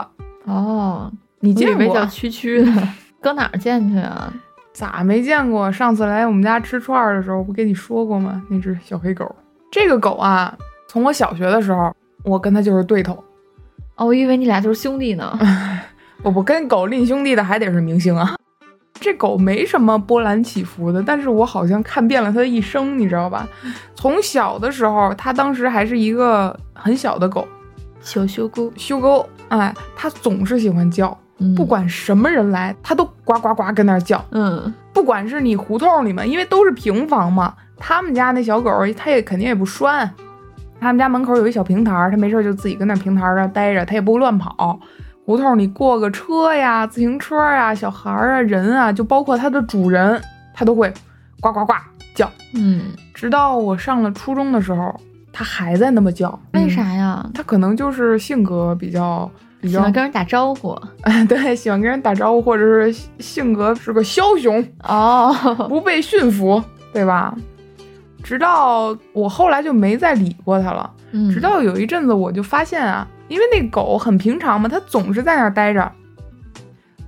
S2: 哦，
S1: 你
S2: 你以
S1: 见
S2: 为
S1: 过
S2: 叫蛐蛐呢？搁哪儿见去啊？
S1: 咋没见过？上次来我们家吃串儿的时候，不跟你说过吗？那只小黑狗，这个狗啊，从我小学的时候，我跟它就是对头。
S2: 哦，我以为你俩就是兄弟 呢。
S1: 我不跟狗吝兄弟的还得是明星啊。这狗没什么波澜起伏的，但是我好像看遍了它的一生，你知道吧？从小的时候，它当时还是一个很小的狗，
S2: 小修姑，
S1: 修沟，哎，它总是喜欢叫，
S2: 嗯
S1: 不，管什么人来，它都呱呱呱跟那儿叫。
S2: 嗯
S1: 不管是你胡同里面，因为都是平房嘛，他们家那小狗它也肯定也不拴，他们家门口有一小平台儿，它没事儿就自己跟那平台儿上待着，它也不乱跑。胡同里过个车呀、自行车呀、小孩儿啊、人啊，就包括它的主人，它都会呱呱呱叫。
S2: 嗯，
S1: 直到我上了初中的时候，它还在那么叫。嗯
S2: 为？啥呀？
S1: 它可能就是性格比较比
S2: 喜
S1: 较
S2: 欢跟人打招呼
S1: 对，喜欢跟人打招呼，或者是性格是个枭雄。
S2: 哦，
S1: 不被驯服，对吧？直到我后来就没再理过它了。
S2: 嗯
S1: 直到有一阵子，我就发现啊，因为那狗很平常嘛，它总是在那儿待着，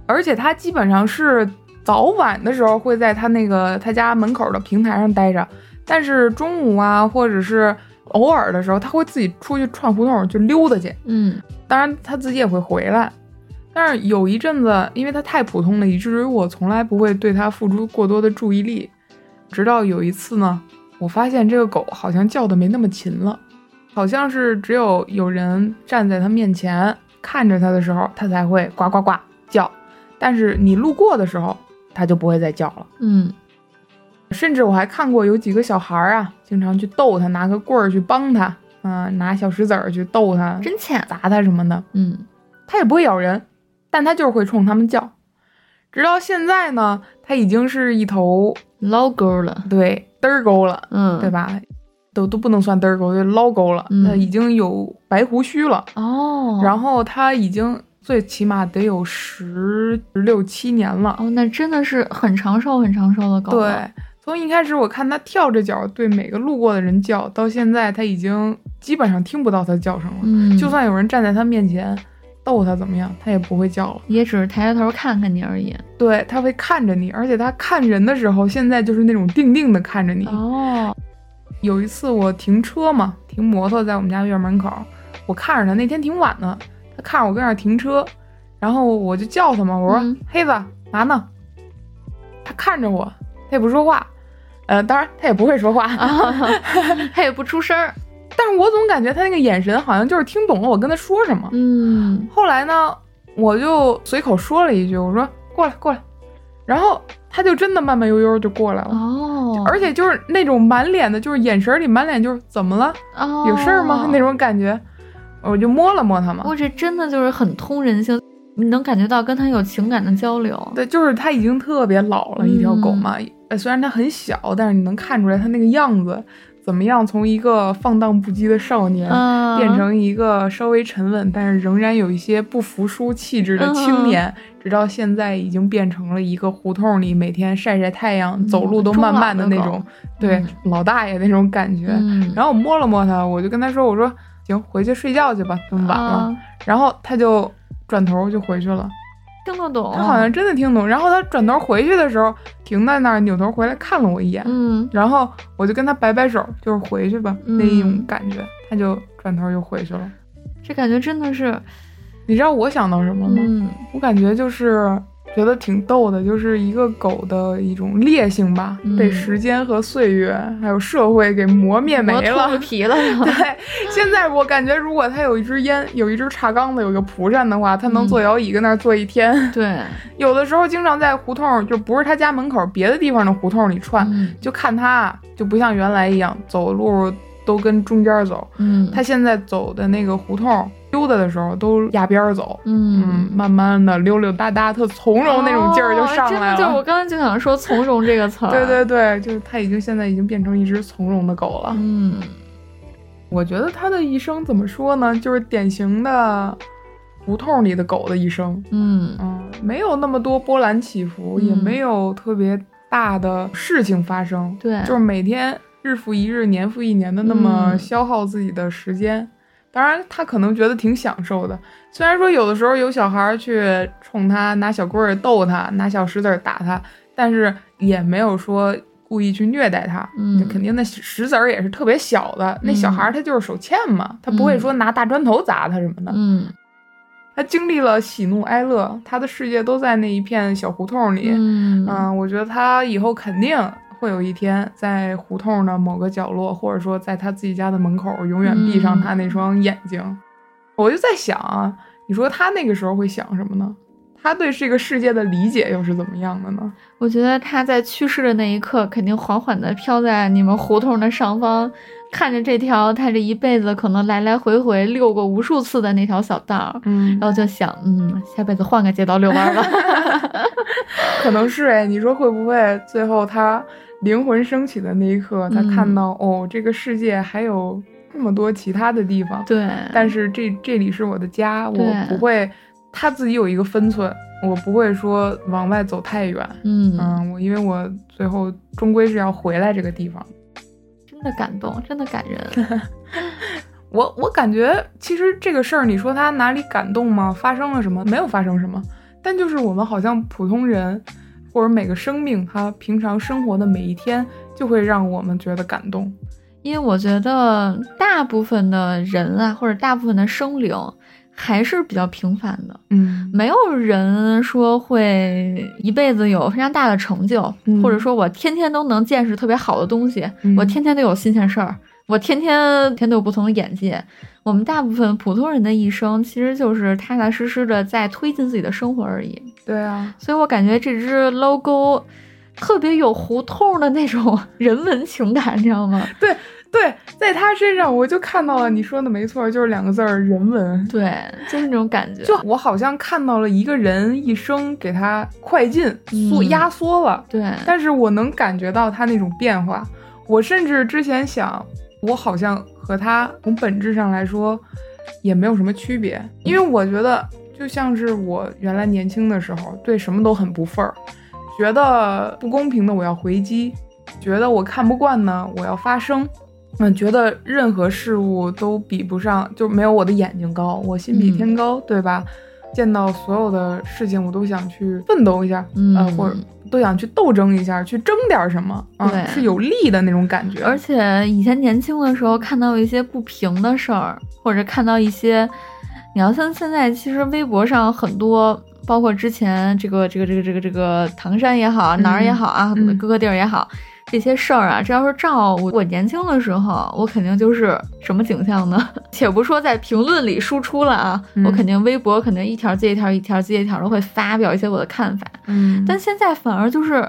S1: 而且它基本上是早晚的时候会在它那个它家门口的平台上待着，但是中午啊，或者是偶尔的时候，它会自己出去串胡同去溜达去。
S2: 嗯
S1: 当然它自己也会回来。但是有一阵子，因为它太普通了，以至于我从来不会对它付出过多的注意力。直到有一次呢，我发现这个狗好像叫的没那么勤了，好像是只有有人站在它面前看着它的时候，它才会呱呱呱叫。但是你路过的时候，它就不会再叫了。
S2: 嗯
S1: 甚至我还看过有几个小孩儿啊，经常去逗它，拿个棍儿去帮它，嗯、拿小石子儿去逗它，
S2: 真浅。
S1: 砸它什么的。
S2: 嗯
S1: 它也不会咬人，但它就是会冲它们叫。直到现在呢，它已经是一头
S2: ，logo 了，
S1: 对嘚儿狗了，
S2: 嗯，
S1: 对？吧？都都不能算嘚儿沟，就捞沟了，
S2: 嗯
S1: 它已经有白胡须了，
S2: 哦，
S1: 然后它已经最起码得有十六七年了。
S2: 哦，那真的是很长寿、很长寿的狗了。
S1: 对，从一开始我看它跳着脚对每个路过的人叫，到现在它已经基本上听不到它叫声了。
S2: 嗯，
S1: 就算有人站在它面前逗它怎么样，它也不会叫了。
S2: 也只是抬抬头看看你而已。
S1: 对，它会看着你，而且它看人的时候，现在就是那种定定的看着你。
S2: 哦，
S1: 有一次我停车嘛，停摩托在我们家院门口，我看着他，那天挺晚的，他看着我跟那儿停车，然后我就叫他嘛，我说：“
S2: 嗯
S1: 黑子，嘛呢？”他看着我，他也不说话，呃，当然他也不会说话，
S2: 啊它也不出声儿。
S1: 但是我总感觉他那个眼神好像就是听懂了我跟他说什么。
S2: 嗯，
S1: 后来呢，我就随口说了一句，我说：“过来，过来。”然后他就真的慢慢悠悠就过来了。
S2: 哦，
S1: 嗯而且就是那种满脸的，就是眼神里满脸就是怎么了，
S2: 哦
S1: 有事儿吗？那。种感觉，我就摸了摸它嘛
S2: 我。这真的就是很通人性，你能感觉到跟它有情感的交流。
S1: 对，就是它已经特别老了，一条狗
S2: 嗯
S1: 嘛。呃虽然它很小，但是你能看出来它那个样子，怎么样从一个放荡不羁的少年，
S2: 嗯，
S1: 变成一个稍微沉稳，但是仍然有一些不服输气质的
S2: 嗯
S1: 青年，直到现在已经变成了一个胡同里每天晒晒太阳、
S2: 嗯
S1: 走路都慢慢的那
S2: 中老的
S1: 种
S2: 狗，
S1: 对、
S2: 嗯
S1: 老大爷那种感觉。
S2: 嗯，
S1: 然后我摸了摸它，我就跟它说：“我说行，回去睡觉去吧，这么晚了。
S2: 啊
S1: 然后他就转头就回去了。
S2: 听得懂。
S1: 他好像真的听懂。然后他转头回去的时候，停在那儿，扭头回来看了我一眼，
S2: 嗯，
S1: 然后我就跟他摆摆手，就是回去吧、
S2: 嗯
S1: 那一种感觉。他就转头又回去了。
S2: 这感觉真的是，
S1: 你知道我想到什么吗？
S2: 嗯
S1: 我感觉就是觉得挺逗的，就是一个狗的一种烈性吧，
S2: 嗯
S1: 被时间和岁月还有社会给磨灭没
S2: 磨秃
S1: 了
S2: 噜。皮了。
S1: 对，现在我感觉，如果它有一支烟，有一只茶缸子，有一个蒲扇的话，它能
S2: 嗯
S1: 坐摇椅跟那儿坐一天。
S2: 对，
S1: 有的时候经常在胡同，就不是他家门口，别的地方的胡同里窜，
S2: 嗯
S1: 就看他就不像原来一样走路都跟中间走，
S2: 嗯，
S1: 他现在走的那个胡同溜达的时候都压边儿走，
S2: 嗯。
S1: 慢慢的溜溜达达，特从容那种劲儿就上来
S2: 哦真的就是
S1: 了。
S2: 我刚才就想说“从容”哦这个词儿。
S1: 对对对，就是他已经现在已经变成一只从容的狗了。
S2: 嗯，
S1: 我觉得他的一生怎么说呢，就是典型的胡同里的狗的一生。
S2: 嗯
S1: 嗯，没有那么多波澜起伏，
S2: 嗯
S1: 也没有特别大的事情发生，
S2: 对
S1: 就是每天日复一日、年复一年的那么
S2: 嗯
S1: 消耗自己的时间。当然，他可能觉得挺享受的，虽然说有的时候有小孩儿去冲他拿小棍儿逗他，拿小石子儿打他，但是也没有说。故意去虐待他，
S2: 嗯
S1: 就肯定那石子儿也是特别小的，那小孩儿他就是手欠嘛，他不会
S2: 嗯
S1: 说拿大砖头砸他什么的，
S2: 嗯
S1: 他经历了喜怒哀乐，他的世界都在那一片小胡同里。
S2: 嗯
S1: 嗯我觉得他以后肯定会有一天在胡同的某个角落，或者说在他自己家的门口，永远闭
S2: 嗯
S1: 上他那双眼睛。我就在想啊，你说他那个时候会想什么呢？他对这个世界的理解又是怎么样的呢？
S2: 我觉得他在去世的那一刻，肯定缓缓地飘在你们胡同的上方，看着这条他这一辈子可能来来回回溜过无数次的那条小道儿，
S1: 嗯
S2: 然后就想，嗯，下辈子换个街道遛弯儿吧。
S1: 可能是哎，你说会不会最后他灵魂升起的那一刻，他看
S2: 嗯
S1: 到、哦，这个世界还有那么多其他的地方，
S2: 对，
S1: 但是这这里是我的家，我
S2: 对
S1: 不会，他自己有一个分寸，我不会说往外走太远。
S2: 嗯，
S1: 嗯，我因为我最后终归是要回来这个地方。
S2: 真的感动，真的感人。
S1: 我我感觉其实这个事儿，你说他哪里感动吗？发生了什么？没有发生什么，但就是我们好像普通人，或者每个生命，他平常生活的每一天，就会让我们觉得感动。
S2: 因为我觉得大部分的人啊，或者大部分的生灵，还是比较平凡的。
S1: 嗯
S2: 没有人说会一辈子有非常大的成就，
S1: 嗯
S2: 或者说我天天都能见识特别好的东西，
S1: 嗯
S2: 我天天都有新鲜事儿，我天天天都有不同的眼界。我们大部分普通人的一生，其实就是踏踏实实的在推进自己的生活而已。
S1: 对啊，
S2: 所以我感觉这只 logo 特别有胡同的那种 人文情感，你知道吗？
S1: 对，在他身上我就看到了你说的没错，就是两个字儿人文。
S2: 对，就是那种感觉。
S1: 就我好像看到了一个人一生给他快进缩
S2: 嗯
S1: 压缩了，
S2: 对，
S1: 但是我能感觉到他那种变化。我甚至之前想，我好像和他从本质上来说也没有什么区别，因为我觉得就像是我原来年轻的时候，对什么都很不忿儿，觉得不公平的我要回击，觉得我看不惯呢我要发声，嗯，觉得任何事物都比不上，就没有我的眼睛高，我心比天高，对吧？见到所有的事情，我都想去奋斗一下，
S2: 嗯
S1: 呃，或者都想去斗争一下，去争点什么，啊、
S2: 对
S1: 是有利的那种感觉，
S2: 而且以前年轻的时候看到一些不平的事儿，或者看到一些，你要像现在，其实微博上很多，包括之前这个这个这个这个这个唐山也好，哪儿也好啊，
S1: 嗯
S2: 各个地儿也好，这些事儿啊，这要是照我我年轻的时候，我肯定就是什么景象呢？ 且不说在评论里输出了啊，
S1: 嗯
S2: 我肯定微博肯定一条接一条，一条接一条的会发表一些我的看法。
S1: 嗯，
S2: 但现在反而就是，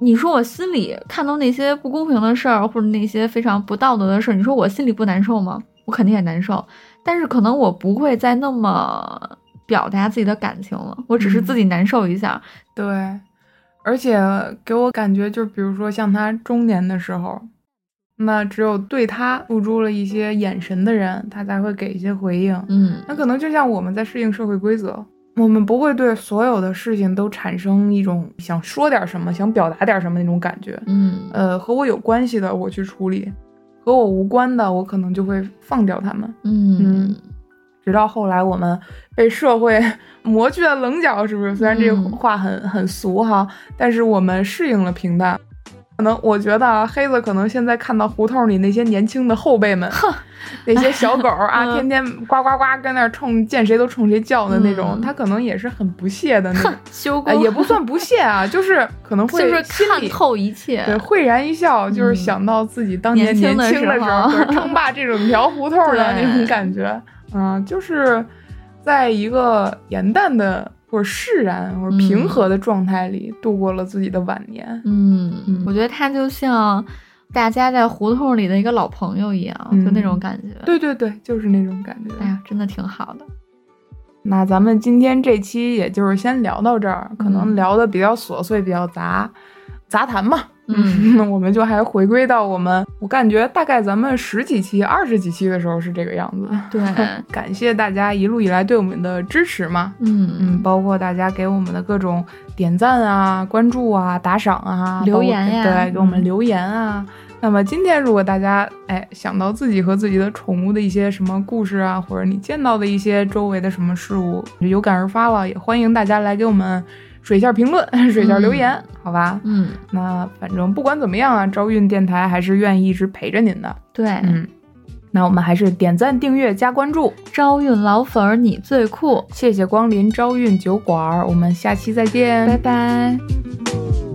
S2: 你说我心里看到那些不公平的事儿，或者那些非常不道德的事儿，你说我心里不难受吗？我肯定也难受，但是可能我不会再那么表达自己的感情了，我只是
S1: 嗯
S2: 自己难受一下。
S1: 对，而且给我感觉就比如说像他中年的时候，那只有对他付出了一些眼神的人，他才会给一些回应。
S2: 嗯
S1: 那可能就像我们在适应社会规则，我们不会对所有的事情都产生一种想说点什么、想表达点什么那种感觉。
S2: 嗯
S1: 呃，和我有关系的我去处理，和我无关的我可能就会放掉他们。
S2: 嗯
S1: 嗯直到后来我们被社会 磨去了棱角，是不是？虽然这个
S2: 嗯
S1: 话很、很俗哈，但是我们适应了平淡。可能我觉得啊，黑子可能现在看到胡同里那些年轻的后辈们，那些小狗儿啊，
S2: 嗯
S1: 天天呱呱呱跟那儿冲见谁都冲谁叫的那种，
S2: 嗯
S1: 他可能也是很不屑的那种，
S2: 修
S1: 呃
S2: 过
S1: 也不算不屑啊，就是可能会
S2: 就是
S1: 心
S2: 看
S1: 里
S2: 透一切。
S1: 对，慧然一笑，就是
S2: 嗯
S1: 想到自己当
S2: 年
S1: 年年
S2: 轻的
S1: 轻的
S2: 时
S1: 时候，
S2: 候
S1: 就是称霸这种 条胡同儿的
S2: 对
S1: 那种感觉。嗯，就是在一个恬淡的或者释然或者平
S2: 嗯
S1: 和的状态里度过了自己的晚年。
S2: 嗯
S1: 嗯，
S2: 我觉得他就像大家在胡同里的一个老朋友一样，就那种
S1: 嗯
S2: 感觉。，
S1: 对对对，就是那种感觉。
S2: 哎呀，真的挺好 的。
S1: 那咱们今天这期也就是先聊到这儿，可能
S2: 嗯
S1: 聊的比较琐碎，比较杂，杂谈嘛。
S2: 嗯，
S1: 我们就还回归到我们，我感觉大概咱们十几期、二十几期的时候是这个样子。
S2: 对，
S1: 感谢大家一路以来对我们的支持嘛，嗯，
S2: 嗯，
S1: 包括大家给我们的各种点赞啊、关注啊、打赏啊、
S2: 留言呀
S1: 包括对，给我们
S2: 嗯
S1: 留言啊。那么今天，如果大家哎想到自己和自己的宠物的一些什么故事啊，或者你见到的一些周围的什么事物，有感而发了，也欢迎大家来给我们水下评论、 水下留言，好吧？
S2: 嗯，
S1: 那反正不管怎么样啊，朝运电台还是愿意一直陪着您的。
S2: 对，
S1: 嗯，那我们还是点赞、订阅、加关注。
S2: 招运老粉儿你最酷，
S1: 谢谢光临朝韵酒馆儿，我们下期再见，
S2: 拜拜。
S1: 拜。